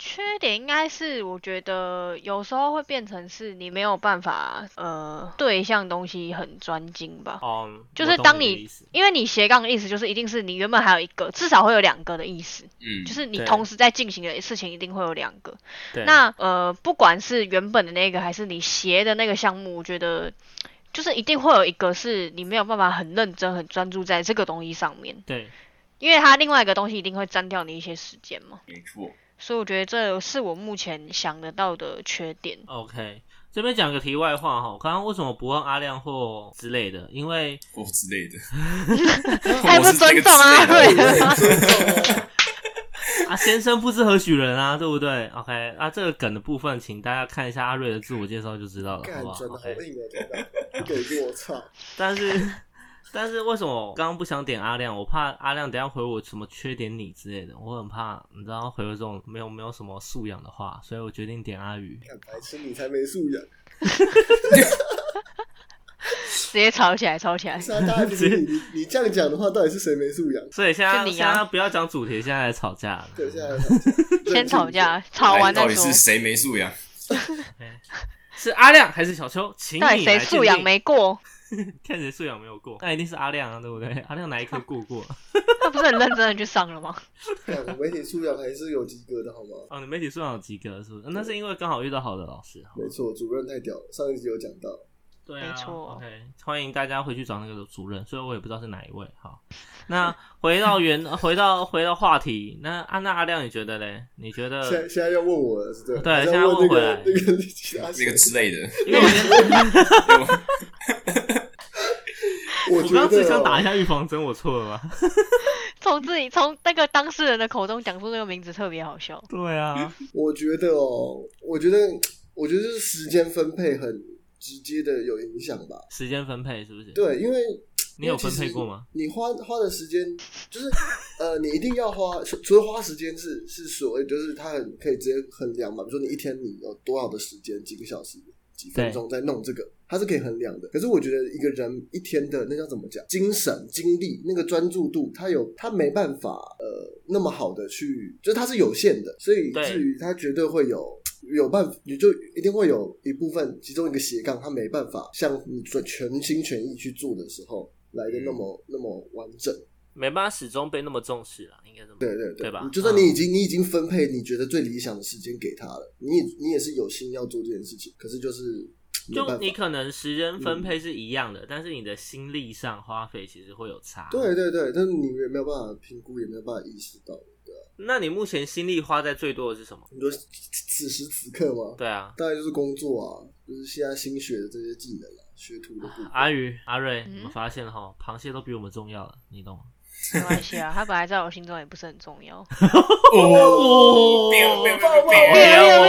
C: 缺点应该是我觉得有时候会变成是你没有办法呃对一项东西很专精吧。
A: 哦，
C: 就是
A: 我懂
C: 当
A: 你的
C: 你
A: 意思
C: 因为你斜杠的意思就是一定是你原本还有一个，至少会有两个的意思，
D: 嗯
C: 就，是你
A: 对
C: 同时在进行的事情一定会有两个。
A: 对
C: 那呃，不管是原本的那个还是你斜的那个项目，我觉得就是一定会有一个是你没有办法很认真、很专注在这个东西上面，
A: 对
C: 因为它另外一个东西一定会占掉你一些时间嘛。
D: 没错，
C: 所以我觉得这是我目前想得到的缺点。
A: OK，这边讲个题外话哈，我刚刚为什么不问阿亮或之类的？因为
D: 或之类 的。
C: 太不尊重啊，
D: 我是
C: 对
D: 这个之类的
B: 哦
C: 了。
A: 啊，先生不知何许人啊，对不对？OK，啊，这个梗的部分，请大家看一下阿瑞的自我介绍就知道了，
B: 干
A: 好不好
B: 转的好
A: ？OK，
B: 硬哦，真的，给给我操！
A: 但是但是为什么我刚刚不想点阿亮？我怕阿亮等一下回我什么缺点你之类的，我很怕你知道回我这种没有没有什么素养的话，所以我决定点阿宇。
B: 干白痴，你才没素养！
C: 直接吵起来，吵起来
B: 是。啊，大家觉得 你你你这样讲的话，到底是谁没素养？
A: 所以现在、
C: 是你
A: 现
C: 啊
A: 在不要讲主题，现在来吵架了。
B: 对，现在 来吵架
C: 先 吵架，，吵
D: 哎
C: 完再
D: 到底
C: 说
D: 是。谁没素养？
A: 是阿亮还是小秋？请你
C: 到底谁
A: 来鉴
C: 素养
A: 定
C: 没过？
A: 看谁素养没有过，那一定是阿亮啊，对不对？阿亮哪一科过过？
C: 他不是很认真的去上了吗？
B: 认真干我媒体素养还是有及格的，好吗？
A: 哦，你媒体素养有及格是不是？那是因为刚好遇到好的老师。
B: 没错，主任太屌了，上一集有讲到，
A: 对啊，
C: 没错
A: OK，欢迎大家回去找那个主任，虽然我也不知道是哪一位。好， 那回到原， 回到回到话题，那安娜阿亮，你觉得嘞？你觉得？
B: 现在现在要问我了，是对，
A: 嗯哦对啊
B: 还是
A: 现在
B: 要
A: 问
B: 问那
A: 回来
B: 个那个其他
D: 那个之类 的，
A: 因为我今天
B: 我
A: 我
B: 觉
A: 刚刚只
B: 得
A: 想
B: 哦
A: 打一下预防针，我错了 吧？
C: 从自己从那个当事人的口中讲出那个名字特别好 笑。
A: 对啊，
B: 我觉得哦，我觉得，我觉得就是时间分配很直接的有影响吧。
A: 时间分配是不是？，
B: 对，因为
A: 你有分配过吗？？
B: 因为其实你花花的时间就是，呃，你一定要花，除除了花时间是是所谓，就是它很可以直接衡量嘛，比如说你一天你有多少的时间，几个小时、几分钟在弄这个，它是可以衡量的。可是我觉得一个人一天的那叫怎么讲，精神、精力、那个专注度，他有他没办法呃那么好的去，就是它是有限的，所以
A: 对
B: 至于他绝对会有。有办法，你就一定会有一部分，其中一个斜杠，他没办法像你全全心全意去做的时候，来的那
A: 嗯
B: 么、那么完整。
A: 没办法，始终被那么重视啦，应该这么
B: 对对
A: 对吧？
B: 就算你已
A: 嗯
B: 经、你已经分配你觉得最理想的时间给他了，你也你也是有心要做这件事情，可是就是没
A: 就
B: 办
A: 你
B: 法。
A: 可能时间分配是一样的，但是你的心力上花费其实会有差。
B: 嗯对，对对，但是你也没有办法评估，也没有办法意识到。
A: 那你目前心力花在最多的是什么？
B: 你说此时此刻吗？
A: 对啊，
B: 当然就是工作啊，就是现在新学的这些技能啊，学徒的部分。
A: 阿宇、阿瑞，
C: 嗯
A: 你们发现哈，螃蟹都比我们重要了，你懂吗？
C: 没关系啊，他本来在我心中也不是很重要。
A: 哦
D: 彪彪彪彪
C: 没有
D: 彪
C: 没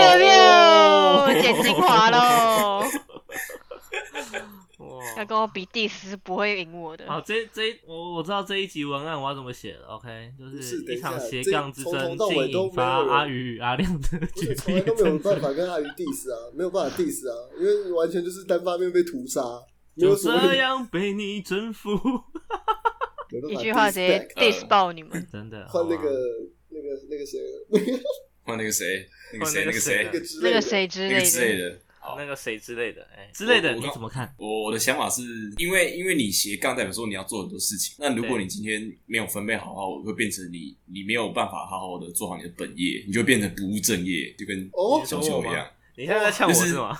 C: 有没
D: 哦
C: 有，剪精华 喽！
A: 哇！
C: 要跟我比 diss 是不会赢我的。
A: 好，这这一我我知道这一集文案我要怎么写了，OK，就
B: 不
A: 是
B: 是等
A: 一
B: 一下
A: 场斜杠之
B: 这
A: 争，
B: 从头到
A: 竟
B: 尾都
A: 引发
B: 没有
A: 阿宇与阿亮的
B: 不是
A: 举棋
B: 从来都没有
A: 争
B: 办
A: 执。
B: 法跟阿鱼 diss 啊，没有办法 diss 啊，因为完全就是单方面被屠杀，没
A: 就
B: 有所
A: 这
B: 谓
A: 样被你征服，
B: 没办
C: 一
B: 法
C: 句话直
B: diss
C: 接
B: back
D: 呃
C: diss 爆你们。
A: 真的。
B: 换那
A: 好吧
B: 个那个那个谁，
D: 换那个谁，那个
A: 换那个
D: 谁，那个谁
B: 那，个之
C: 那
B: 类的。
C: 个谁之
D: 那个
C: 类
D: 之类
C: 的，
D: 的。好
A: 那个谁之类的，哎、啊之类的，
D: 我我
A: 你
D: 刚
A: 怎么看？
D: 我我的想法是因为因为你斜杠代表说你要做很多事情，那如果
A: 对
D: 你今天没有分配好的话，我会变成你你没有办法好好的做好你的本业，你就变成不务正业，就跟
B: 哦
D: 小球一
A: 你说我
D: 样
A: 吗，你现在在呛我
D: 就是
A: 是吗？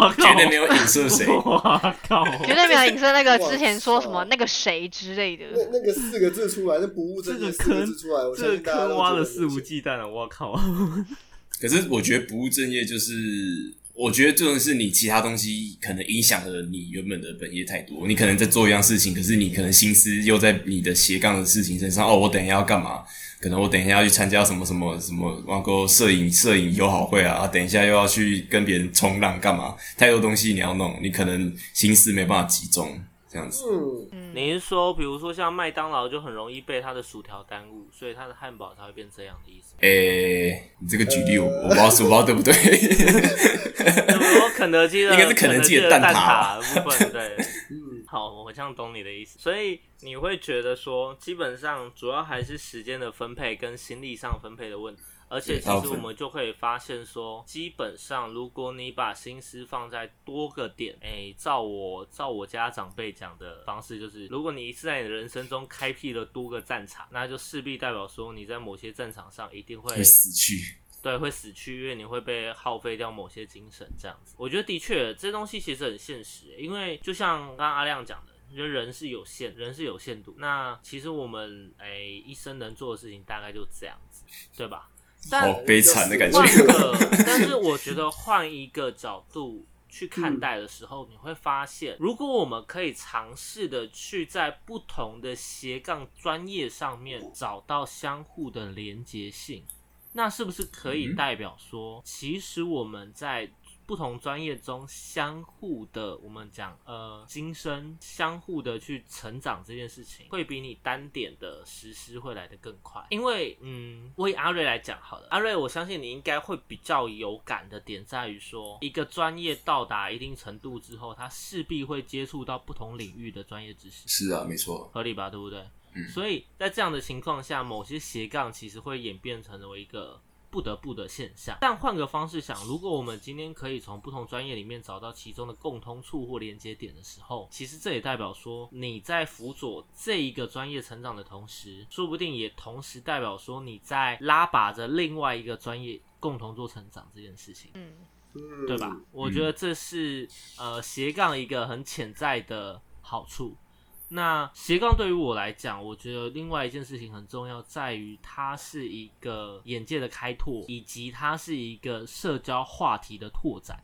A: 我
D: 绝
A: 靠！
D: 对没有影射谁。
A: 我靠！
C: 绝对没有影射那个
B: 哇
C: 之前说什么
B: 塞
C: 那个谁之类的。
B: 那那个四个字出来，那不务
A: 这
B: 正
A: 个
B: 业四个
A: 坑
B: 字出来，我，相
A: 这
B: 信
A: 个
B: 大家都
A: 坑挖的肆
B: 觉得
A: 无
B: 很
A: 忌惮了，我靠！
D: 可是我觉得不务正业就是，我觉得这种是你其他东西可能影响了你原本的本业太多。你可能在做一样事情，可是你可能心思又在你的斜杠的事情身上。哦，我等一下要干嘛？可能我等一下要去参加什么什么什么，然后摄影摄影友好会啊，啊等一下又要去跟别人冲浪干嘛？太多东西你要弄，你可能心思没办法集中，这样子。
B: 嗯，
C: 嗯，
A: 你是说，比如说像麦当劳就很容易被它的薯条耽误，所以它的汉堡才会变这样的意思吗？
D: 诶、你这个举例我我不知道是我不知道对不对，
A: 比如说肯德基的，
D: 应该是肯德基的
A: 肯
D: 蛋
A: 德
D: 挞
A: 基的
D: 吧
A: 蛋挞的部分，对。
B: 嗯
A: 好，我好像懂你的意思，所以你会觉得说，基本上主要还是时间的分配跟心力上分配的问题。而且其
D: 大
A: 实
D: 部
A: 我
D: 分
A: 们就可以发现说，基本上如果你把心思放在多个点，哎、照我照我家长辈讲的方式，就是如果你一次在你的人生中开辟了多个战场，那就势必代表说你在某些战场上一定会
D: 会死去。
A: 对，会死去，因为你会被耗费掉某些精神，这样子。我觉得的确，这东西其实很现实，欸因为就像刚刚阿亮讲的。人人是有限，人是有限度。那其实我们哎、一生能做的事情大概就这样子，对吧？但
D: 好悲惨的感觉
A: 换。个，但是我觉得换一个角度去看待的时候，你会发现，如果我们可以尝试的去在不同的斜杠专业上面找到相互的连结性，那是不是可以
D: 嗯
A: 代表说，其实我们在不同专业中相互的，我们讲呃，今生相互的去成长这件事情，会比你单点的实施会来得更快。因为嗯，我以阿瑞来讲好了，阿瑞，我相信你应该会比较有感的点在于说，一个专业到达一定程度之后，他势必会接触到不同领域的专业知识，
D: 是啊，没错。
A: 合理吧？对不对？
D: 嗯
A: 所以在这样的情况下，某些斜杠其实会演变成为一个不得不的现象。但换个方式想，如果我们今天可以从不同专业里面找到其中的共通处或连接点的时候，其实这也代表说你在辅佐这一个专业成长的同时，说不定也同时代表说你在拉拔着另外一个专业共同做成长这件事情。
C: 嗯，
B: 嗯，
A: 对吧？？我觉得这是呃斜杠一个很潜在的好处。那斜杠对于我来讲，我觉得另外一件事情很重要，在于它是一个眼界的开拓，以及它是一个社交话题的拓展。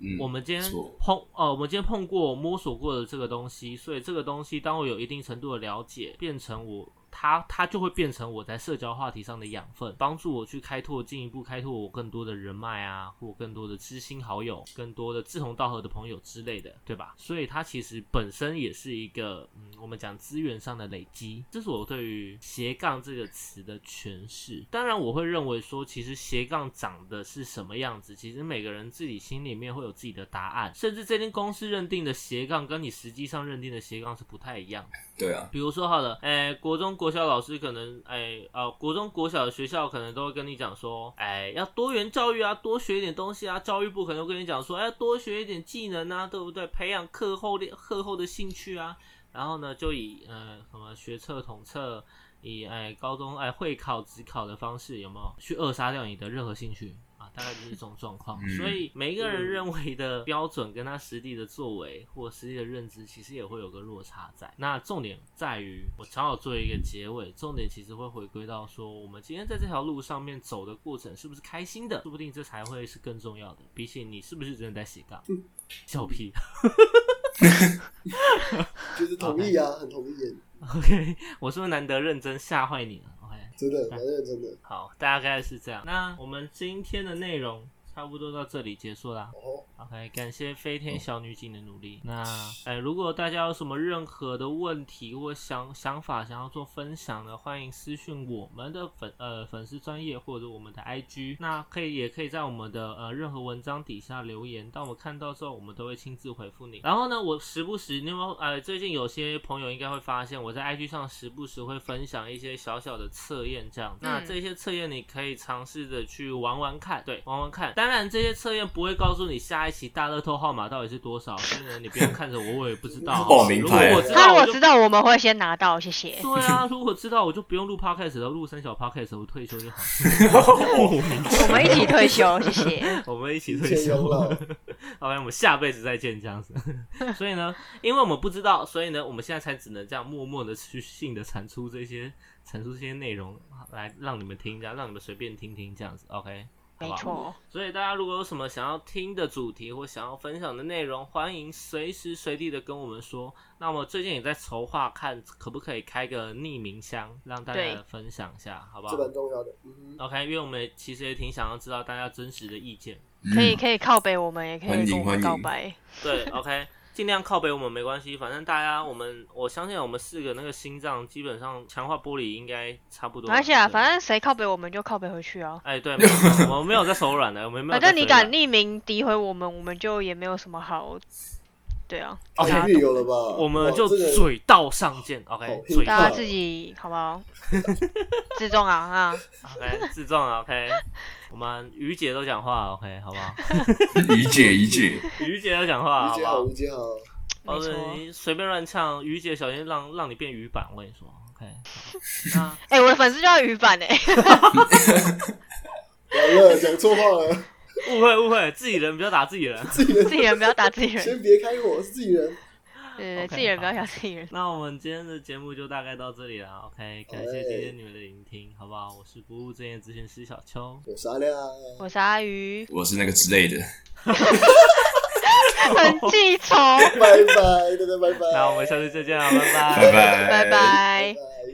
D: 嗯，
A: 我们今天
D: 错
A: 碰呃，我们今天碰过、摸索过的这个东西，所以这个东西当我有一定程度的了解，变成我它它就会变成我在社交话题上的养分，帮助我去开拓进一步开拓我更多的人脉啊，或更多的知心好友、更多的志同道合的朋友之类的，对吧？所以它其实本身也是一个，嗯，我们讲资源上的累积，这是我对于斜杠这个词的诠释。当然，我会认为说，其实斜杠长的是什么样子，其实每个人自己心里面会有自己的答案，甚至这间公司认定的斜杠跟你实际上认定的斜杠是不太一样的。
D: 对 啊，
A: 比如说好了，哎、国中国小老师可能，哎、呃，国中国小的学校可能都会跟你讲说，哎、要多元教育啊，多学一点东西啊。教育部可能会跟你讲说，哎、多学一点技能啊，对不对？培养课后的课后的兴趣啊。然后呢，就以呃什么学测统测，以哎、高中哎、会考职考的方式，有没有去扼杀掉你的任何兴趣？啊，大概就是这种状况，
D: 嗯
A: 所以每一个人认为的标准跟他实际的作为或实际的认知，其实也会有个落差在。那重点在于，我常好做一个结尾，重点其实会回归到说，我们今天在这条路上面走的过程是不是开心的，说不定这才会是更重要的。比起你是不是真的在斜杠，笑屁。
B: 就是同意啊，很同意，
A: OK，我是不是难得认真吓坏你了？OK，
B: 真的蛮认真的。
A: 好，大概是这样。那我们今天的内容差不多到这里结束啦。
B: 哦，
A: OK，感谢飞天小女警的努力。那，呃，如果大家有什么任何的问题或想想法想要做分享的，欢迎私讯我们的粉呃粉丝专业或者我们的 IG。那可以也可以在我们的呃任何文章底下留言，当我们看到之后，我们都会亲自回复你。然后呢，我时不时，你有没有呃最近有些朋友应该会发现，我在 IG 上时不时会分享一些小小的测验这样。那
C: 嗯
A: 这这些测验你可以尝试着去玩玩看，对，玩玩看。当然，这些测验不会告诉你下一期大乐透号码到底是多少，所以呢，你不用看着我，我也不知 道哦。
D: 报名
A: 如果
D: 牌
A: 我知
C: 他
A: 道，
C: 如
A: 我
C: 果
A: 就
C: 知道我们会先拿到，谢 谢。
A: 对啊，如果知道我就不用录 podcast 了，录三小 podcast，我退休就好。
C: 我们一起退休，谢谢。
A: 我们一起
B: 提
A: 退
B: 前
A: 休
B: 养 老，
A: 好 吧，我们下辈子再见这样子。 所以呢，因为我们不知道，所以呢，我们现在才只能这样默默的去性的产出这些产出这些内容，来让你们听，这样让你们随便听听这样子。OK，好
C: 没
A: 吧。
C: 错，
A: 所以大家如果有什么想要听的主题或想要分享的内容，欢迎随时随地的跟我们说。那我最近也在筹划，看可不可以开个匿名箱，让大
C: 对
A: 家分享一下，好不好
B: 这蛮重要的。嗯，
A: ？OK，因为我们其实也挺想要知道大家真实的意 见。
D: 嗯
C: 可以可以靠北，我们也可
D: 欢
C: 以
D: 迎
C: 跟我
D: 欢
C: 们
D: 迎
C: 告白。
A: 对，OK，尽量靠北我们没关系，反正大家我们我相信我们四个那个心脏基本上强化玻璃应该差不多
C: 没
A: 了。
C: 关系啊，
A: 对
C: 反正谁靠北我们就靠北回去啊。
A: 哎对，没有我们没有在手软的，我们没有
C: 反
A: 在
C: 正
A: 嘴
C: 你
A: 软。
C: 敢匿名诋毁我们，我们就也没有什么好，对啊，
B: 太
A: OK，
B: 虐有了吧？
A: 我们
B: 哇
A: 就
B: 这个
A: 嘴到上见
B: 好
A: ，OK，
B: 听
A: 嘴
B: 对
A: 到
C: 大家自己好 不好？自重啊啊！
A: OK，自重啊 OK，我们于姐都讲话啊 OK，好不好？
D: 理解理解，
A: 于姐都讲话
B: 吴
A: 好不
B: 姐
A: 好
B: 好，？吴姐好，
C: 没错，
A: 哦你随便乱唱，于姐小心让让你变鱼板，我跟你说 OK 好。
C: 哎、我的粉丝就叫鱼板哎、
B: 完了，讲错话了，
A: 那误会误会，自己人不要打自己人。
B: 自己人
C: 自己人不要打自己人，
B: 先别开火，是自己人。
C: 对
A: OK，
C: 对，自己人不要
A: 好
C: 打自己人。
A: 那我们今天的节目就大概到这里了，OK，感谢今天你们的聆听，好不好？我是不务正业咨询师小邱，
B: 我是阿亮，
C: 我是阿鱼，
D: 我是那个之类的，
C: 很记仇，
B: 哎拜拜，大家拜拜，
A: 那我们下次再见啊，拜拜
D: 拜。拜
C: 拜拜。
B: 拜。